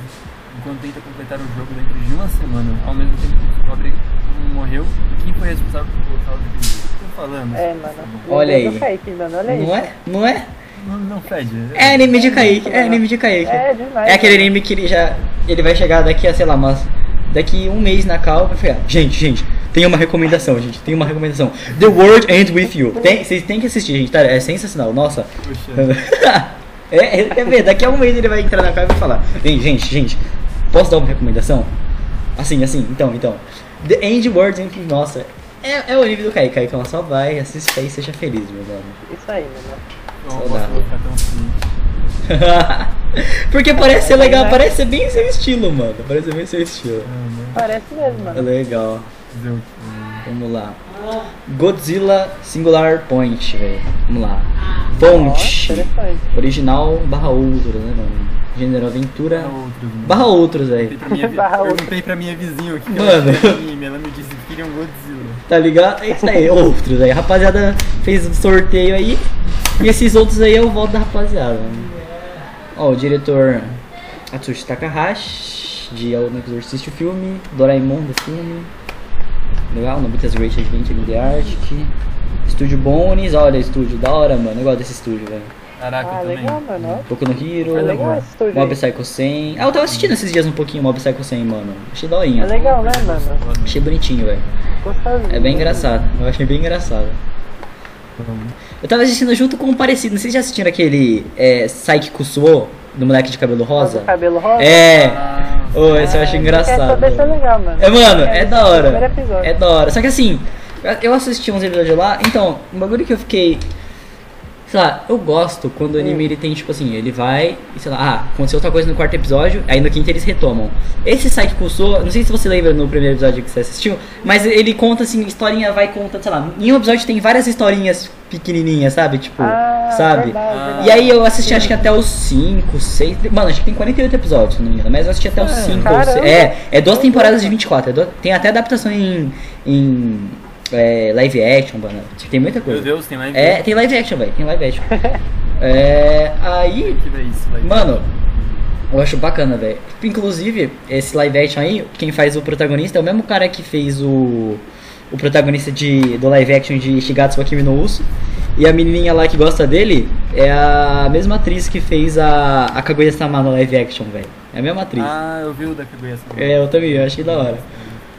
Speaker 2: enquanto tenta completar o jogo dentro de uma semana, ao mesmo tempo que descobre como morreu e quem foi responsável por colocar o inimigo. Estou falando?
Speaker 3: É, mano.
Speaker 1: Olha
Speaker 3: Lembrei
Speaker 1: aí.
Speaker 3: do Kaique, mano. Olha
Speaker 1: Não
Speaker 3: isso.
Speaker 1: é? Não é?
Speaker 2: Não, não fede.
Speaker 1: É anime de Kaique, é anime de Kaique.
Speaker 3: É demais.
Speaker 1: É aquele
Speaker 3: mano.
Speaker 1: anime que ele já. Ele vai chegar daqui a, sei lá, mas. Daqui um mês na cal vai falar, gente, gente, tem uma recomendação, gente, tem uma recomendação. The World Ends With You. Tem- Vocês têm que assistir, gente, tá? É sensacional, nossa.
Speaker 2: Poxa.
Speaker 1: é, é, é ver, daqui a um mês ele vai entrar na cal e vai falar, "Ei, gente, gente, posso dar uma recomendação? Assim, assim, então, então. The End World Ends With You, nossa. É, é o anime do Kaique, Kaique, então só vai, assista aí e seja feliz, meu mano.
Speaker 3: Isso aí, mano.
Speaker 2: Então, eu posso ficar tão feliz.
Speaker 1: Porque parece ser legal, parece ser bem seu estilo, mano. Parece ser bem seu estilo.
Speaker 2: Não, não.
Speaker 3: Parece mesmo, mano.
Speaker 1: Legal.
Speaker 2: Fazer o quê?
Speaker 1: Vamos lá. Godzilla Singular Point, velho. Vamos lá. Point.
Speaker 3: Ó, interessante.
Speaker 1: Original barra outros, né, mano? Gênero aventura.
Speaker 2: Para outros, mano.
Speaker 1: Barra outros,
Speaker 2: Perguntei
Speaker 1: velho.
Speaker 2: pra minha vi-
Speaker 3: Barra outros.
Speaker 2: Perguntei pra minha vizinha o que que
Speaker 1: Mano.
Speaker 2: ela queria de anime. Ela me disse que queria um Godzilla.
Speaker 1: Tá ligado? É isso aí, outros aí. Rapaziada fez um sorteio aí. E esses outros aí eu voto da rapaziada. mano. Ó, o diretor Atsushi Takahashi, de El no Exorcist o filme, Doraemon do filme. Legal, Nobita's Great Adventure in the Arctic. Estúdio Bones, olha, estúdio, da hora, mano. Eu gosto desse estúdio, velho.
Speaker 2: Caraca,
Speaker 3: Ah,
Speaker 2: eu também.
Speaker 3: legal, mano. ó.
Speaker 1: Boku no Hero,
Speaker 3: É legal esse estúdio
Speaker 1: Mob
Speaker 3: aí.
Speaker 1: Psycho 100. Ah, eu tava assistindo esses dias um pouquinho Mob Psycho 100, mano. Achei
Speaker 3: É
Speaker 1: daorinha.
Speaker 3: legal, né, mano?
Speaker 2: Foda.
Speaker 1: Achei bonitinho, velho.
Speaker 3: Gostosinho.
Speaker 1: É bem engraçado. Eu achei bem engraçado. Eu tava assistindo junto com um parecido. Não sei se vocês já assistiram aquele é, Psyche Kusuo do moleque de cabelo rosa?
Speaker 3: Do cabelo rosa?
Speaker 1: É!
Speaker 2: Ah,
Speaker 1: Ô, esse eu acho
Speaker 3: Ah,
Speaker 1: engraçado.
Speaker 3: Essa deixa legal, mano.
Speaker 1: É, mano, é
Speaker 3: esse
Speaker 1: da
Speaker 3: o
Speaker 1: hora.
Speaker 3: Primeiro episódio.
Speaker 1: É da hora. Só que assim, eu assisti uns episódios lá, então, um bagulho que eu fiquei. Sei lá, eu gosto quando o
Speaker 3: Hum.
Speaker 1: anime ele tem, tipo assim, ele vai, e sei lá, ah, aconteceu outra coisa no quarto episódio, aí no quinto eles retomam. Esse site cursou, não sei se você lembra no primeiro episódio que você assistiu, mas ele conta assim, historinha vai contando, sei lá, em um episódio tem várias historinhas pequenininhas, sabe? Tipo,
Speaker 3: Ah,
Speaker 1: sabe?
Speaker 3: verdade,
Speaker 2: Ah.
Speaker 3: verdade.
Speaker 1: E aí eu assisti acho que até os 5, 6. Mano, acho que tem 48 episódios, se não me engano. Mas eu assisti até os 5 ou 6.
Speaker 3: caramba.
Speaker 1: É, é duas temporadas de 24. É do- tem até adaptação em. em é, live action, mano. Tipo, Tem muita
Speaker 2: Meu
Speaker 1: coisa.
Speaker 2: Deus, tem mais
Speaker 1: É, tem live action, velho. Tem live action. é. Aí.
Speaker 2: que ver isso, velho.
Speaker 1: Mano, eu acho bacana, velho. Inclusive, esse live action aí, quem faz o protagonista é o mesmo cara que fez o. O protagonista de, do live action de Shigatsu wa Kimi no Uso. E a menininha lá que gosta dele é a mesma atriz que fez a, a Kaguya-sama no live action, velho. É a mesma atriz.
Speaker 2: Ah, eu vi o da cabeça.
Speaker 1: É, eu também, eu achei da hora.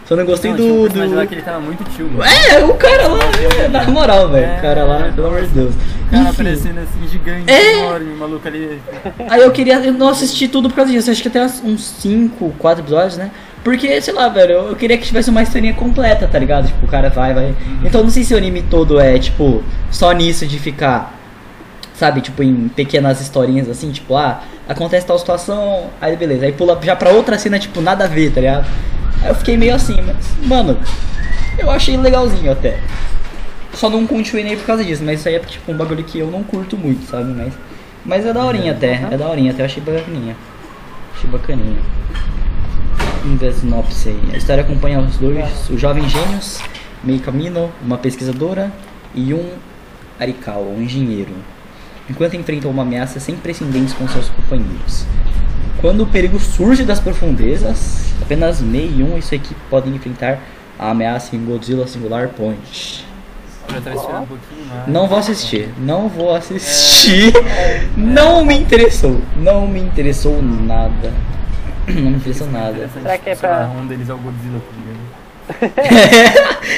Speaker 1: Só não gostei
Speaker 2: Não, tinha um
Speaker 1: do.
Speaker 2: personagem
Speaker 1: do...
Speaker 2: lá que ele tava muito tio, mano.
Speaker 1: É, o cara lá, é, na moral, velho.
Speaker 2: É.
Speaker 1: O cara lá, pelo amor de Deus.
Speaker 2: O cara
Speaker 1: Enfim.
Speaker 2: aparecendo assim, gigante,
Speaker 1: É.
Speaker 2: enorme, maluco ali.
Speaker 1: Aí eu queria. Eu não assisti tudo por causa disso. Acho que até uns 5, 4 episódios, né? Porque, sei lá, velho, eu eu queria que tivesse uma historinha completa, tá ligado? Tipo, o cara vai, vai. Então eu não sei se o anime todo é, tipo, só nisso de ficar. Sabe, tipo, em pequenas historinhas assim, tipo, ah, acontece tal situação, aí beleza, aí pula já pra outra cena, tipo, nada a ver, tá ligado? Aí eu fiquei meio assim, mas, mano, eu achei legalzinho até. Só não continuei nem por causa disso, mas isso aí é tipo um bagulho que eu não curto muito, sabe? Mas, mas é daorinha até, é daorinha até, eu achei bacaninha. Achei bacaninha. Vamos ver a sinopse aí. A história acompanha os dois, os jovens gênios, Mei Camino, uma pesquisadora, e um Arikawa, um engenheiro, enquanto enfrentam uma ameaça sem precedentes com seus companheiros. Quando o perigo surge das profundezas, apenas Mei e um e sua equipe podem enfrentar a ameaça em Godzilla Singular Point.
Speaker 2: Pra trás tirar um pouquinho, mas...
Speaker 1: Não vou assistir. Não vou assistir. Não me interessou. Não me interessou nada. Não me interessou nada.
Speaker 2: Interessante,
Speaker 3: Será que é
Speaker 2: sei lá,
Speaker 3: pra-
Speaker 2: Um deles é o Godzilla, tá ligado?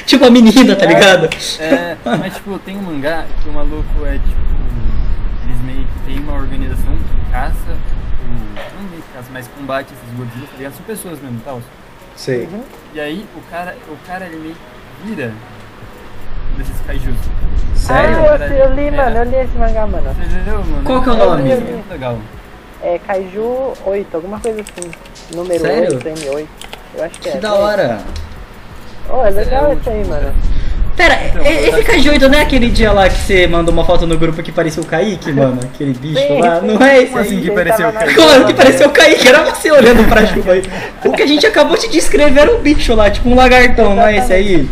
Speaker 1: Tipo a menina, tá ligado?
Speaker 2: É, mas tipo, tem um mangá que o maluco é tipo. Eles meio que tem uma organização que caça, o- não meio que caça, mas combate esses Godzilla, tá ligado? São pessoas mesmo e tal.
Speaker 1: Sei.
Speaker 2: E aí o cara, o cara ele meio que vira um desses kaijus.
Speaker 1: Sério?
Speaker 3: Ah, eu, eu li, mano, eu li esse mangá, mano.
Speaker 2: Você entendeu, mano?
Speaker 1: Qual que é o
Speaker 2: Eu
Speaker 1: nome?
Speaker 2: vi, eu vi, muito legal.
Speaker 3: É Kaiju 8, alguma coisa assim. Número
Speaker 1: Sério?
Speaker 3: 8, M8. Eu acho que, é.
Speaker 1: Que da hora.
Speaker 3: Oh, é legal
Speaker 2: É,
Speaker 3: esse aí, mano.
Speaker 1: Pera,
Speaker 2: Então,
Speaker 1: e-
Speaker 2: tá
Speaker 1: esse cajuído não é aquele dia lá que você mandou uma foto no grupo que parecia o Kaique, mano? Aquele bicho
Speaker 3: Sim,
Speaker 1: lá.
Speaker 3: sim.
Speaker 1: Não é esse
Speaker 2: Como assim
Speaker 1: aí?
Speaker 2: que
Speaker 3: Ele
Speaker 2: pareceu o
Speaker 3: tava na-
Speaker 2: kaiju?
Speaker 1: Claro que parecia o Kaique, era você olhando pra chuva aí. O que a gente acabou de descrever era um bicho lá, tipo um lagartão, não é esse aí?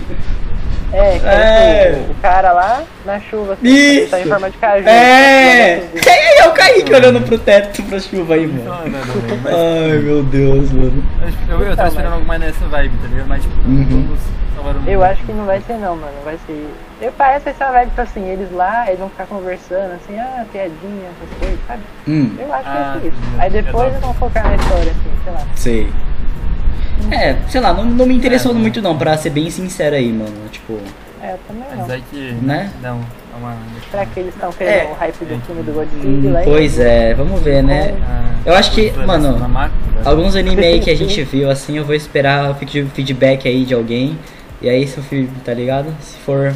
Speaker 3: É, que
Speaker 1: É.
Speaker 3: é. o- O cara lá na chuva, assim,
Speaker 1: Isso.
Speaker 3: tá em forma de caju.
Speaker 1: É!
Speaker 3: mandando subir.
Speaker 1: É, é o Kaique olhando pro teto pra chuva aí,
Speaker 2: Não,
Speaker 1: mano.
Speaker 2: não, não, não, mas-
Speaker 1: Ai, meu Deus, mano.
Speaker 2: mas, tipo, Eu, eu
Speaker 3: Tá,
Speaker 2: tava esperando algo mais nessa vibe, tá ligado? Mas tipo,
Speaker 1: Uhum.
Speaker 2: vamos salvar o mundo.
Speaker 3: Eu acho que não vai ser não, mano. Vai ser. Eu parece essa vibe, tipo assim, eles lá, eles vão ficar conversando, assim, ah, piadinha, essas coisas, sabe?
Speaker 1: Hum,
Speaker 3: Eu acho
Speaker 2: Ah,
Speaker 3: que é isso.
Speaker 2: entendi.
Speaker 3: Aí depois
Speaker 2: Exato.
Speaker 3: eles vão focar na história, assim, sei lá.
Speaker 1: sei. É, sei lá, não, não me interessou
Speaker 2: É.
Speaker 1: muito não, pra ser bem sincero aí, mano. Tipo,
Speaker 3: É, eu também
Speaker 2: Mas
Speaker 3: não.
Speaker 2: aí que.
Speaker 1: Né?
Speaker 2: Dá um- dá uma.
Speaker 3: Será que eles estão querendo
Speaker 1: É.
Speaker 3: o hype do filme do
Speaker 1: hum,
Speaker 3: Godzilla? então? hein?
Speaker 1: pois é, vamos ver, né?
Speaker 2: Ah,
Speaker 1: Eu acho que,
Speaker 2: Godzilla
Speaker 1: mano,
Speaker 2: na né? marca, velho.
Speaker 1: Alguns anime aí que a gente viu, assim, eu vou esperar o feed- feedback aí de alguém. E aí, se eu fui, tá ligado? Se for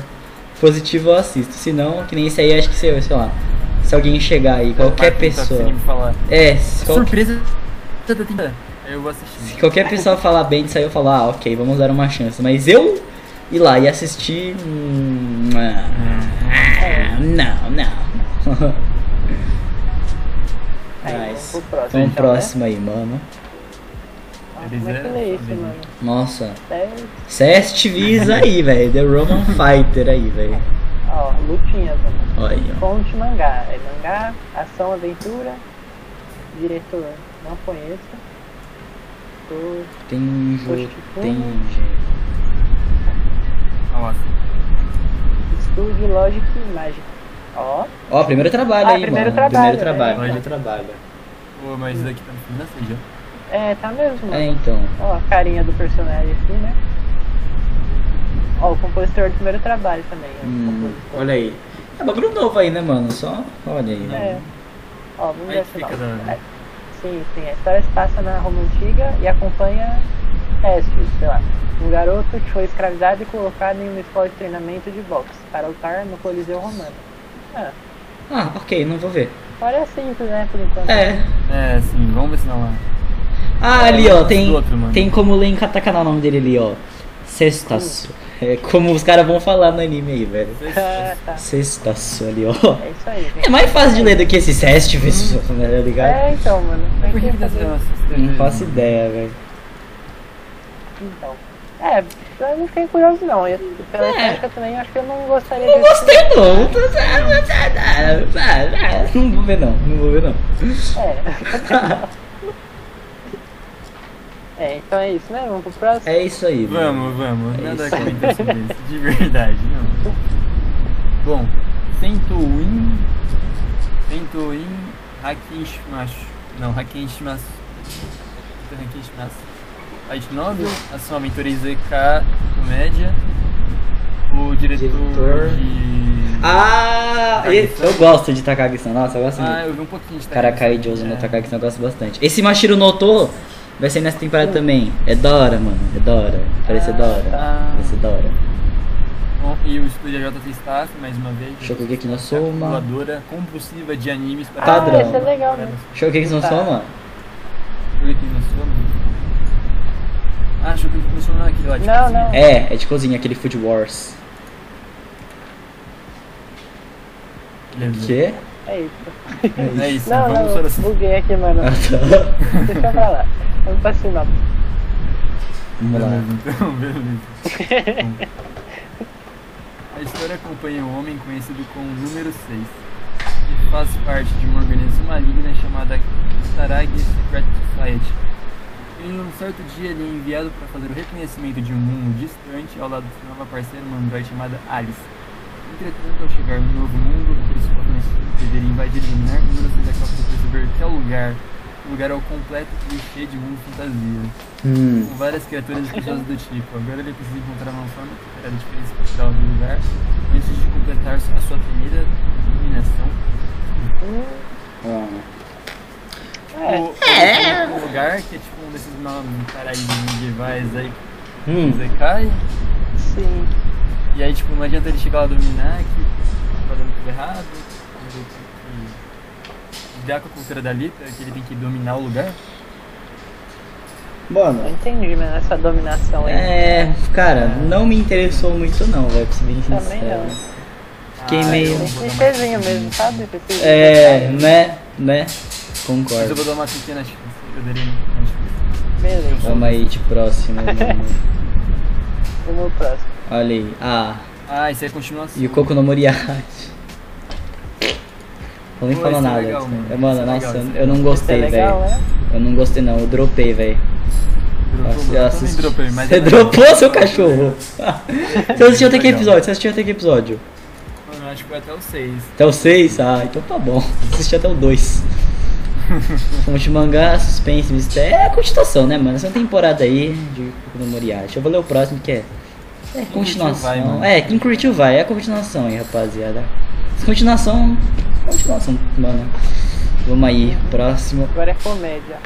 Speaker 1: positivo, eu assisto. Se não, que nem esse aí, acho que sei, sei lá. Se alguém chegar aí, qualquer
Speaker 2: Vai, tá
Speaker 1: pessoa.
Speaker 2: conseguindo falar.
Speaker 1: É, se qual-
Speaker 2: Surpresa toda tenta. Eu vou assistir. né?
Speaker 1: se qualquer pessoa falar bem disso aí, eu falar, ah, ok, vamos dar uma chance. Mas eu ir lá e assistir. hum, ah, não, não.
Speaker 3: Aí,
Speaker 1: Nice.
Speaker 3: pro próximo,
Speaker 1: Então,
Speaker 3: então,
Speaker 1: próximo aí, mano.
Speaker 3: Né? Como é que ele é isso, mano?
Speaker 1: Nossa.
Speaker 3: Sério?
Speaker 1: Cest Visa aí, velho. The Roman Fighter aí, velho.
Speaker 3: Ó, lutinhas, mano.
Speaker 1: Olha aí, ó.
Speaker 3: Fonte mangá. É mangá, ação, aventura. Diretor, não conheço. Tô-
Speaker 1: Tem jogo. Tem.
Speaker 2: Nossa.
Speaker 3: Estúdio Logic Magic. Ó,
Speaker 1: Ó, primeiro trabalho
Speaker 3: Ah,
Speaker 1: aí,
Speaker 3: primeiro
Speaker 1: mano.
Speaker 3: trabalho,
Speaker 1: primeiro trabalho.
Speaker 2: né?
Speaker 1: Primeiro é trabalho.
Speaker 2: Pô, mas isso daqui tá no fim da seja.
Speaker 3: é, tá mesmo, mano.
Speaker 1: É, então.
Speaker 3: Ó, a carinha do personagem aqui, né? Ó, o compositor do primeiro trabalho também. ó, o
Speaker 1: Hum,
Speaker 3: compositor.
Speaker 1: olha aí. É bagulho novo aí, né, mano? Só. Olha aí,
Speaker 3: É.
Speaker 1: né?
Speaker 3: Ó, vamos
Speaker 2: Aí
Speaker 3: ver
Speaker 2: que
Speaker 3: se não.
Speaker 2: fica né? da-
Speaker 3: É, Sim, sim. A história se passa na Roma Antiga e acompanha Estes, sei lá. Um garoto que foi escravizado e colocado em uma escola de treinamento de boxe para lutar no Coliseu Romano. Ah,
Speaker 1: Ah, ok, não vou ver.
Speaker 3: história simples, né, por enquanto.
Speaker 1: É.
Speaker 2: É, sim, vamos ver se não é.
Speaker 1: Ah, ali, ó, tem,
Speaker 2: Do outro, mano.
Speaker 1: tem como ler em katakana o nome dele ali, ó. Sestas. É como os caras vão falar no anime aí, velho.
Speaker 3: Ah, tá.
Speaker 1: Sestas ali, ó.
Speaker 3: É isso aí, gente.
Speaker 1: É mais fácil de ler do que esse Sest, né, ligado?
Speaker 3: É, então, mano. Como é
Speaker 2: Por
Speaker 3: que
Speaker 2: que tá
Speaker 3: eu
Speaker 2: que você
Speaker 3: ia fazer
Speaker 2: não
Speaker 3: isso?
Speaker 2: assiste?
Speaker 1: Não faço ideia, velho.
Speaker 3: Então. É, eu não fiquei curioso, não. Eu, pela estética também, acho que eu não gostaria
Speaker 1: Não
Speaker 3: de assistir.
Speaker 1: gostei tá, não. tá, Não vou ver não, não vou ver não.
Speaker 3: É. é, então é isso, né? Vamos pro próximo.
Speaker 1: É isso aí, mano.
Speaker 2: Vamos, vamos.
Speaker 1: É
Speaker 2: Nada
Speaker 1: isso.
Speaker 2: contra sobre isso, de verdade, não. Bom, Sentoin. Sentoin Hakinshimasu. Não, Hakinshimasu. Então, Hakinshimasu. Light Novel, ação aventura ZK, comédia. O diretor,
Speaker 1: Diretor.
Speaker 2: de.
Speaker 1: Ah, e- eu gosto de Takagi-san. Nossa, eu gosto
Speaker 2: Ah,
Speaker 1: muito.
Speaker 2: eu vi um pouquinho de
Speaker 1: Karakai Jozo no
Speaker 2: É.
Speaker 1: Takagi-san, eu gosto bastante. Esse Mashiro Noto vai sair nessa temporada também. É da hora, mano. É da hora. Parece ser da hora.
Speaker 2: Ah.
Speaker 1: Parece ser da hora.
Speaker 2: Bom, E o estúdio JT Staff, mais uma vez.
Speaker 1: Shokugeki no Soma.
Speaker 2: Calculadora compulsiva de animes para
Speaker 1: Padrão. Ah, esse
Speaker 3: é legal, né?
Speaker 1: Shokugeki no
Speaker 3: Tá.
Speaker 1: Soma?
Speaker 2: Shokugeki no Soma. Ah, Shokugeki no Soma não é aquele lá de
Speaker 3: Não,
Speaker 2: cozinha.
Speaker 3: não.
Speaker 1: É, é de cozinha, aquele Food Wars.
Speaker 2: Beleza.
Speaker 1: Que?
Speaker 3: É isso.
Speaker 2: É isso,
Speaker 3: Não,
Speaker 2: vamos
Speaker 3: não,
Speaker 2: para
Speaker 3: eu
Speaker 2: essa-
Speaker 3: buguei aqui, mano.
Speaker 1: Ah, tá.
Speaker 3: Deixa pra lá. Vamos pra sinopse.
Speaker 1: Vamos lá.
Speaker 2: Beleza, então, beleza. Bom. A história acompanha um homem conhecido como Número 6, que faz parte de uma organização maligna chamada Saragi Secret Society. E num certo dia ele é enviado para fazer o reconhecimento de um mundo distante ao lado de sua nova parceira, uma android chamada Alice. Entretanto, ao chegar no novo mundo, eles podem deverem invadir e dominar, o Número 6 acaba por perceber que é o lugar, o lugar ao completo e cheio de mundo fantasia
Speaker 1: Hum.
Speaker 2: com várias criaturas e pessoas do tipo. Agora ele precisa encontrar uma forma que fará a diferença cultural do lugar antes de completar a sua primeira eliminação.
Speaker 3: Hum,
Speaker 1: Vamos.
Speaker 3: é.
Speaker 2: O, é. um lugar que é tipo um desses nomes paraísos medievais aí que
Speaker 1: Hum.
Speaker 2: você cai.
Speaker 3: Sim.
Speaker 2: E aí tipo, não adianta ele chegar lá dominar que tá dando tudo errado. Ele tem que lidar com a cultura da Lita, que ele tem que dominar o lugar.
Speaker 1: Mano,
Speaker 3: Não entendi, mano, essa dominação aí.
Speaker 1: É, cara, não me interessou muito não, velho, pra ser bem
Speaker 3: Também
Speaker 1: sincero.
Speaker 3: não.
Speaker 1: Fiquei Ah, meio- né?
Speaker 2: eu vou
Speaker 3: Um
Speaker 2: dar uma
Speaker 3: clichêzinho
Speaker 2: assistida.
Speaker 3: mesmo, sabe? Preciso-
Speaker 1: É, né, né,
Speaker 2: Mas eu
Speaker 1: concordo.
Speaker 2: vou dar uma pequena chance. Eu daria um- uma chance.
Speaker 3: Beleza,
Speaker 1: Vamos aí de próximo. mano.
Speaker 3: vamos pro próximo.
Speaker 1: Olha aí, ah,
Speaker 2: Ah, isso aí continua assim.
Speaker 1: e o Coco no Moriarty. Não nem
Speaker 2: Pô,
Speaker 1: falar
Speaker 2: esse é
Speaker 1: nada.
Speaker 2: legal, mano.
Speaker 1: É, mano,
Speaker 2: Esse é
Speaker 1: nossa,
Speaker 2: legal, esse
Speaker 1: eu não
Speaker 3: Isso é
Speaker 1: gostei,
Speaker 3: legal,
Speaker 1: velho.
Speaker 3: né?
Speaker 1: Eu não gostei não, eu dropei, velho.
Speaker 2: Dropou,
Speaker 1: Nossa,
Speaker 2: mano.
Speaker 1: eu
Speaker 2: Eu
Speaker 1: assisti-
Speaker 2: também dropei, mas é
Speaker 1: Você
Speaker 2: eu-
Speaker 1: dropou seu cachorro. Você assistiu até que
Speaker 2: Legal.
Speaker 1: episódio? Você assistiu até que episódio?
Speaker 2: Mano, eu acho que foi até o 6.
Speaker 1: Até o 6? Ah, então tá bom. Assisti até o 2. Fonte mangá, suspense, mistério. É a continuação, né, mano? Essa é uma temporada aí de Kuroko no Moriarty. Eu vou ler o próximo que é. É continuação.
Speaker 2: vai, mano.
Speaker 1: é, quem curtiu vai. É a continuação aí, rapaziada. Continuação. Continuação, mano. Vamos aí, próximo.
Speaker 3: Agora é comédia.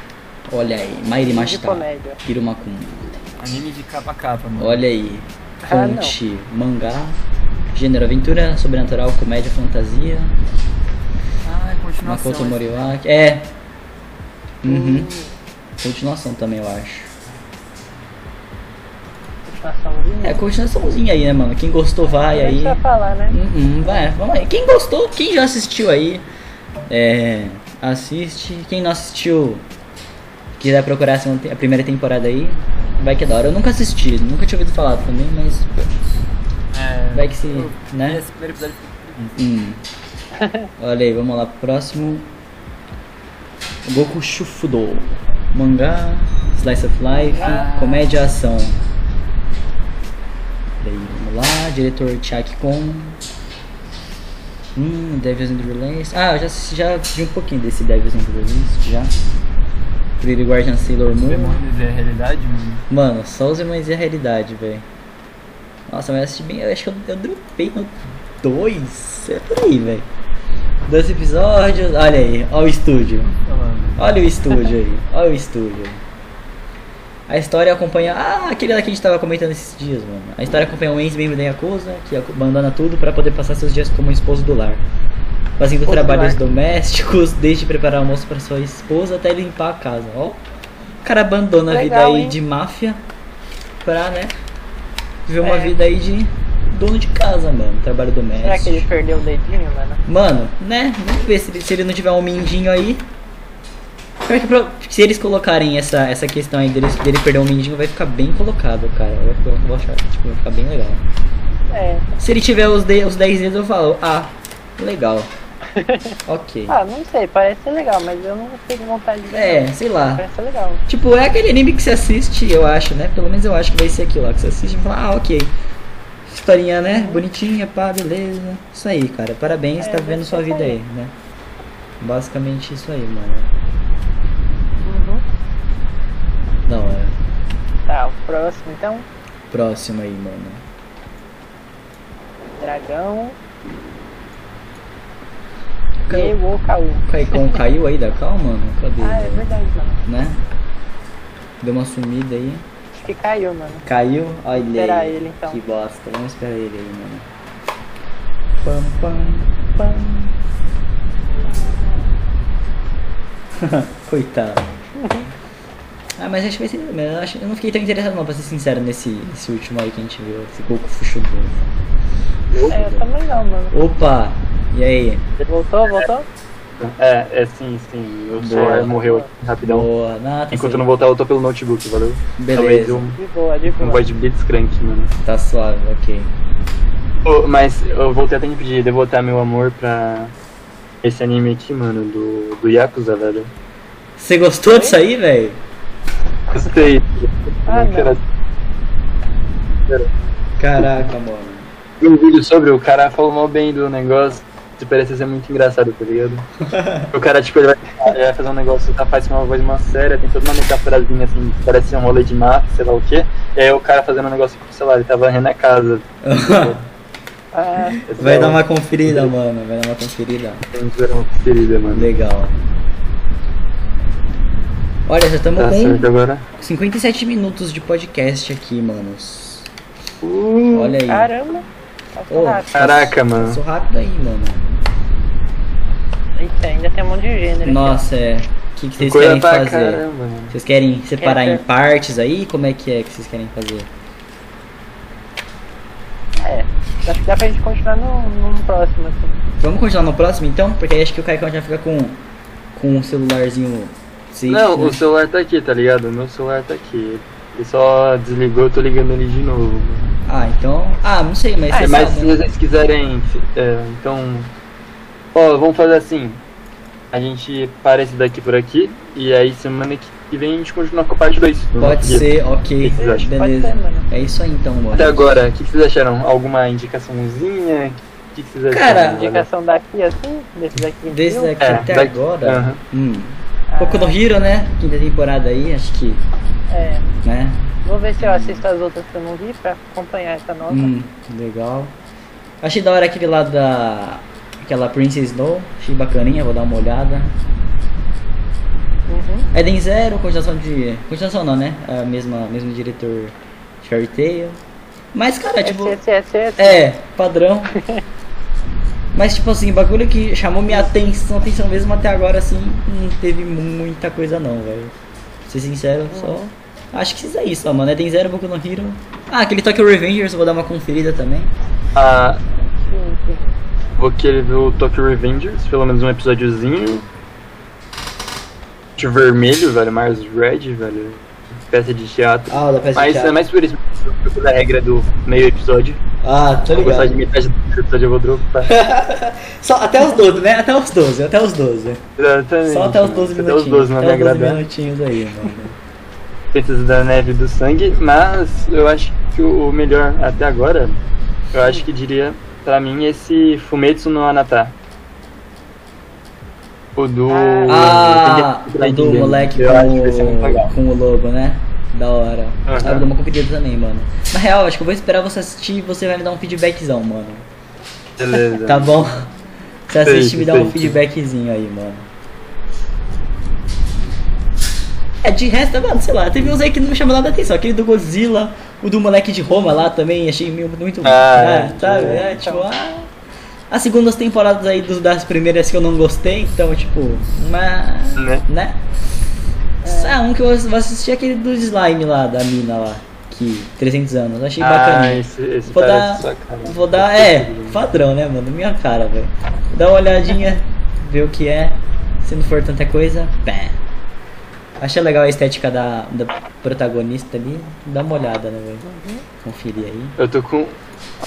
Speaker 1: Olha aí, Mairi
Speaker 3: De
Speaker 1: Mashita.
Speaker 3: comédia.
Speaker 1: Kirumakun.
Speaker 2: Anime de capa a capa, mano.
Speaker 1: Olha aí.
Speaker 3: Ah, não.
Speaker 1: Fonte, mangá, gênero aventura, sobrenatural, comédia, fantasia.
Speaker 2: Ah, é continuação.
Speaker 1: Makoto
Speaker 2: esse-
Speaker 1: Moriwaki. É. Uhum.
Speaker 3: Hum,
Speaker 1: Continuação também, eu acho.
Speaker 3: Continuaçãozinha.
Speaker 1: É, continuaçãozinha aí, né, mano? Quem gostou, vai
Speaker 3: Não
Speaker 1: aí.
Speaker 3: precisa falar, né?
Speaker 1: Uhum, vai, vamos aí. Quem gostou, quem já assistiu aí, é, assiste. Quem não assistiu, quiser procurar a segunda te- a primeira temporada aí, vai que é da hora. Eu nunca assisti, nunca tinha ouvido falar também, mas.
Speaker 2: É,
Speaker 1: Vai que se-
Speaker 2: eu-
Speaker 1: né?
Speaker 2: Esse primeiro episódio foi preguiça.
Speaker 1: Hum. Olha aí, vamos lá pro próximo. Goku Shufudo. Mangá, Slice of Life,
Speaker 2: Ah.
Speaker 1: comédia ação. E aí, vamos lá, diretor Chak Kon. Hum, Devils and Release. Ah, eu já, assisti- já vi um pouquinho desse Devils and Release, já. Primeiro Guardian Sailor
Speaker 2: Os
Speaker 1: Moon.
Speaker 2: demônios é a realidade, mano.
Speaker 1: Mano, só os irmãos e a realidade, velho. Nossa, mas eu assisti bem. Eu acho que eu, eu dropei no 2. É por aí, velho. Dois episódios. Olha aí, ó o estúdio.
Speaker 2: Falando.
Speaker 1: Olha o estúdio aí. Olha o estúdio. A história acompanha. Ah, aquele lá que a gente tava comentando esses dias, mano. A história acompanha um ex-membro da Yakuza que abandona tudo pra poder passar seus dias como esposo do lar. Fazendo
Speaker 3: Esposo do
Speaker 1: trabalhos
Speaker 3: lar.
Speaker 1: domésticos, desde preparar almoço pra sua esposa até limpar a casa. Ó. O cara abandona a vida
Speaker 3: Legal,
Speaker 1: aí
Speaker 3: hein?
Speaker 1: de máfia pra, né? Viver uma
Speaker 3: É.
Speaker 1: vida aí de dono de casa, mano. Trabalho doméstico.
Speaker 3: Será que ele perdeu o dedinho, mano?
Speaker 1: Mano, né? Vamos ver se, ele- se ele não tiver um mindinho aí. Pior que pro- Se eles colocarem essa, essa questão aí dele, dele perder um mindinho, vai ficar bem colocado, cara. Eu, eu vou achar, tipo, vai ficar bem legal.
Speaker 3: É.
Speaker 1: Se ele tiver os, de, os 10 dedos, eu falo, ah, legal. ok.
Speaker 3: Ah, não sei, parece ser legal, mas eu não fiquei com vontade de ver.
Speaker 1: É,
Speaker 3: não.
Speaker 1: sei lá.
Speaker 3: Parece ser legal.
Speaker 1: Tipo, é aquele anime que você assiste, eu acho, né? Pelo menos eu acho que vai ser aquilo lá que você assiste e fala, ah, ok. Historinha, né? Bonitinha, pá, beleza. Isso aí, cara. Parabéns,
Speaker 3: É,
Speaker 1: tá vivendo sua vida aí, né? Basicamente isso aí, mano.
Speaker 3: Uhum.
Speaker 1: Da hora.
Speaker 3: Tá, o próximo então.
Speaker 1: é Próximo aí, mano.
Speaker 3: Dragão
Speaker 1: Caiu. Hum.
Speaker 3: e o Kaú.
Speaker 1: O Caicon caiu aí da cal, mano? Cadê?
Speaker 3: Ah, é
Speaker 1: ele?
Speaker 3: verdade, mano.
Speaker 1: né? Deu uma sumida aí.
Speaker 3: Acho que caiu, mano.
Speaker 1: Caiu? Olha ele.
Speaker 3: Esperar
Speaker 1: aí.
Speaker 3: ele, então.
Speaker 1: Que bosta. Vamos esperar ele aí, mano. Pam, pam, pam. Coitado. Ah, mas acho que vai ser. mas Eu, acho- eu não fiquei tão interessado, não, pra ser sincero, nesse, nesse último aí que a gente viu. Esse Goku Fushubu.
Speaker 3: É, eu também não, mano.
Speaker 1: Opa! E aí?
Speaker 3: Voltou, voltou?
Speaker 2: É, é sim, sim. O
Speaker 1: Boa.
Speaker 2: celular morreu aqui rapidão.
Speaker 1: Boa, nada.
Speaker 2: Enquanto eu não voltar, eu tô pelo notebook, valeu? Talvez
Speaker 1: Beleza.
Speaker 2: um,
Speaker 3: De boa, de
Speaker 2: um
Speaker 3: boa.
Speaker 2: void blitzcrank, mano.
Speaker 1: Tá suave, ok.
Speaker 2: Ô, mas eu voltei até me pedir, devotar meu amor pra esse anime aqui, mano, do, do Yakuza, velho.
Speaker 1: Você gostou disso aí, velho?
Speaker 2: Gostei.
Speaker 3: Ah,
Speaker 2: Eu quero-
Speaker 1: Caraca, mano.
Speaker 2: Vi um vídeo sobre, o cara falou mal bem do negócio. Isso parece ser muito engraçado, tá ligado? o cara, tipo, ele vai, ele vai fazer um negócio, tá, faz uma voz uma séria, tem toda uma metáforazinha assim, que parece ser um rolê de mapa, sei lá o quê. E aí o cara fazendo um negócio, sei lá, ele tá varrendo a casa. é
Speaker 3: Ah,
Speaker 1: Vai dar uma conferida, mano. Vai dar uma conferida.
Speaker 2: Querida, mano.
Speaker 1: Legal. Olha, já estamos
Speaker 2: Tá certo
Speaker 1: com
Speaker 2: agora?
Speaker 1: 57 minutos de podcast aqui, manos.
Speaker 2: Uh,
Speaker 1: Olha aí.
Speaker 3: caramba. Passou
Speaker 1: Ô,
Speaker 3: rápido.
Speaker 2: Caraca, mano.
Speaker 1: Passou rápido aí, mano.
Speaker 3: Eita, ainda tem um monte de gênero. aqui.
Speaker 1: Nossa, é. O que, que vocês
Speaker 2: Coisa
Speaker 1: querem
Speaker 2: pra
Speaker 1: fazer?
Speaker 2: caramba, mano.
Speaker 1: Vocês querem separar
Speaker 3: Quer
Speaker 1: em partes aí? Como é que é que vocês querem fazer?
Speaker 3: É, acho que dá pra gente continuar no, no próximo, assim.
Speaker 1: Vamos continuar no próximo então? Porque aí acho que o Caicão já fica com, com um celularzinho. safe,
Speaker 2: Não,
Speaker 1: né?
Speaker 2: o celular tá aqui, tá ligado? O meu celular tá aqui. Ele só desligou, eu tô ligando ele de novo. mano.
Speaker 1: Ah, então. Ah, não sei, mas.
Speaker 2: É,
Speaker 1: vocês
Speaker 2: mas se
Speaker 1: sabem, né?
Speaker 2: vocês quiserem, é, então. Ó, vamos fazer assim. A gente para esse daqui por aqui. E aí semana que vem a gente continua com a parte 2.
Speaker 1: Pode ser, ok.
Speaker 2: O que vocês acham?
Speaker 3: Pode
Speaker 1: Beleza.
Speaker 3: ser, mano.
Speaker 1: É isso aí então, mano.
Speaker 2: Até agora, o que que vocês acharam? Alguma indicaçãozinha? O que que vocês acharam?
Speaker 1: Cara,
Speaker 2: mano?
Speaker 3: Indicação daqui, assim, desse daqui.
Speaker 1: Desde
Speaker 3: viu?
Speaker 1: aqui
Speaker 2: É,
Speaker 1: até
Speaker 2: daqui-
Speaker 1: agora.
Speaker 2: Aham.
Speaker 1: Hum. Pouco no Hero, né? Quinta temporada aí, acho que.
Speaker 3: É,
Speaker 1: Né?
Speaker 3: vou ver se eu assisto as outras que eu não vi pra acompanhar essa nova.
Speaker 1: Hum, legal. Achei da hora aquele lá da. Aquela Princess Snow. Achei bacaninha, vou dar uma olhada. É
Speaker 3: Uhum.
Speaker 1: Eden Zero, continuação de. Continuação não, né? É a mesma, mesmo diretor de Fairy Tail. Mas, cara, tipo.
Speaker 3: Esse, esse, esse, esse.
Speaker 1: É, padrão. Mas, tipo assim, bagulho que chamou minha atenção, atenção mesmo até agora, assim, não teve muita coisa não, velho. Pra ser sincero, só... Acho que isso é isso, ó, mano. É Tem Zero, Boku no Hero. Ah, aquele Tokyo Revengers, eu vou dar uma conferida também.
Speaker 2: Ah,
Speaker 3: Sim, sim.
Speaker 2: Vou querer ver o Tokyo Revengers, pelo menos um episódiozinho. De vermelho, velho, Mars Red, velho. Peça de teatro.
Speaker 1: Ah, da peça de
Speaker 2: Mas
Speaker 1: teatro.
Speaker 2: é mais por isso, pela regra do meio episódio.
Speaker 1: Ah, tá
Speaker 2: Vou gostar de tá? metade do primeiro episódio, eu vou dropar.
Speaker 1: Só até os 12, né? Até os 12, até os 12.
Speaker 2: Exatamente.
Speaker 1: Só até os 12
Speaker 2: É, Até
Speaker 1: minutinhos.
Speaker 2: os 12 não me
Speaker 1: até os 12
Speaker 2: agradar.
Speaker 1: minutinhos aí, mano.
Speaker 2: Princesa né? da Neve e do Sangue, mas eu acho que o melhor até agora, eu acho que diria, pra mim, esse Fumetsu no Anata. O do.
Speaker 1: Ah,
Speaker 2: Tem que-
Speaker 1: do moleque
Speaker 2: Eu acho que vai ser muito
Speaker 1: com,
Speaker 2: legal.
Speaker 1: o- com o lobo, né? Da hora.
Speaker 2: Aham.
Speaker 1: Ah, eu dou uma conferida também, mano. Na real, acho que eu vou esperar você assistir e você vai me dar um feedbackzão, mano.
Speaker 2: Beleza.
Speaker 1: Tá bom? Você assiste e
Speaker 2: Sei,
Speaker 1: me dá um
Speaker 2: sei.
Speaker 1: feedbackzinho aí, mano. É, de resto, mano, sei lá, teve uns aí que não me chamou nada a atenção. Aquele do Godzilla, o do moleque de Roma lá também, achei meio- muito bom.
Speaker 2: Ah,
Speaker 1: é, sabe?
Speaker 2: é.
Speaker 1: É, tipo, ah, as segundas temporadas aí dos- das primeiras que eu não gostei, então, tipo, mas.
Speaker 2: Né?
Speaker 1: Né? Ah, um que eu vou assistir é aquele do slime lá, da mina lá, que 300 anos, achei
Speaker 2: Ah,
Speaker 1: bacana.
Speaker 2: esse, esse
Speaker 1: Vou
Speaker 2: parece
Speaker 1: dar,
Speaker 2: sua cara.
Speaker 1: vou dar, é, padrão, né, mano? Minha cara, velho. Dá uma olhadinha, ver o que é. Se não for tanta coisa, pé. Achei legal a estética da, da protagonista ali. Dá uma olhada, né, velho? Conferir aí.
Speaker 2: Eu tô com.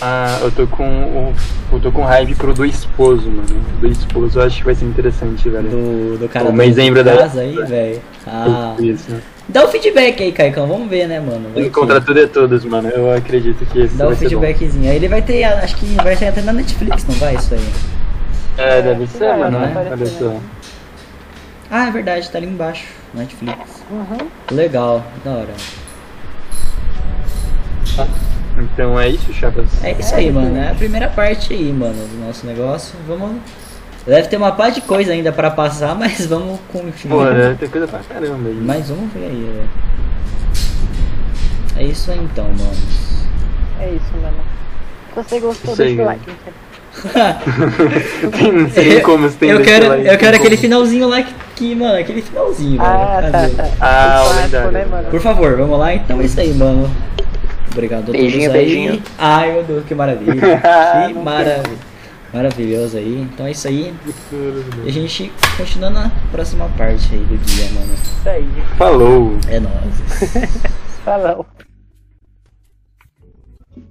Speaker 2: Ah, eu tô com. o- Eu tô com hype pro do esposo, mano. Do esposo eu acho que vai ser interessante, velho.
Speaker 1: Do, do cara
Speaker 2: Pô,
Speaker 1: do-
Speaker 2: mas lembra
Speaker 1: da
Speaker 2: da-
Speaker 1: casa aí, velho. Ah,
Speaker 2: Isso.
Speaker 1: dá o feedback aí, Caicão. Vamos ver, né, mano? Vai
Speaker 2: Tem que
Speaker 1: que-
Speaker 2: encontrar tudo e todos, mano. Eu acredito que esse
Speaker 1: Dá um o
Speaker 2: vai ser bom.
Speaker 1: feedbackzinho. Aí ele vai ter, acho que vai sair até na Netflix, não vai isso aí?
Speaker 2: É, deve
Speaker 3: Acho que
Speaker 2: ser,
Speaker 3: vai,
Speaker 2: mano.
Speaker 1: vai
Speaker 2: Olha
Speaker 3: aparecer,
Speaker 2: só.
Speaker 3: né?
Speaker 1: Ah, é verdade, tá ali embaixo, Netflix.
Speaker 3: Uhum.
Speaker 1: Legal, da hora.
Speaker 2: Então é isso, Chapas.
Speaker 1: É isso aí, mano. É a primeira parte aí, mano, do nosso negócio. Vamos. Deve ter uma parte de coisa ainda pra passar, mas vamos
Speaker 2: Pô,
Speaker 1: continuar.
Speaker 2: né? tem coisa pra caramba. aí.
Speaker 1: Mas vamos ver um, aí, velho. É isso aí então, mano.
Speaker 3: É isso, mano. Se você gostou,
Speaker 2: Isso aí,
Speaker 3: deixa o
Speaker 2: galera.
Speaker 3: like. então. gente.
Speaker 2: Tem- não sei nem como se tem
Speaker 1: eu
Speaker 2: desse
Speaker 1: quero,
Speaker 2: like,
Speaker 1: eu quero
Speaker 2: tem
Speaker 1: aquele
Speaker 2: como.
Speaker 1: finalzinho lá que, que, mano, aquele finalzinho,
Speaker 3: Ah,
Speaker 1: velho.
Speaker 3: tá,
Speaker 1: Cadê?
Speaker 3: tá.
Speaker 2: Ah, o
Speaker 3: Clássico,
Speaker 2: lendário.
Speaker 3: né, mano?
Speaker 1: Por favor, vamos lá então, é isso aí, mano. Obrigado a todos
Speaker 3: Beijinho,
Speaker 1: aí.
Speaker 3: beijinho.
Speaker 1: Ai, meu Deus, que maravilha. que maravilha. Maravilhoso aí. Então é isso aí. E a gente continua na próxima parte aí do dia, mano.
Speaker 3: Isso aí.
Speaker 2: Falou.
Speaker 1: É nóis.
Speaker 3: Falou.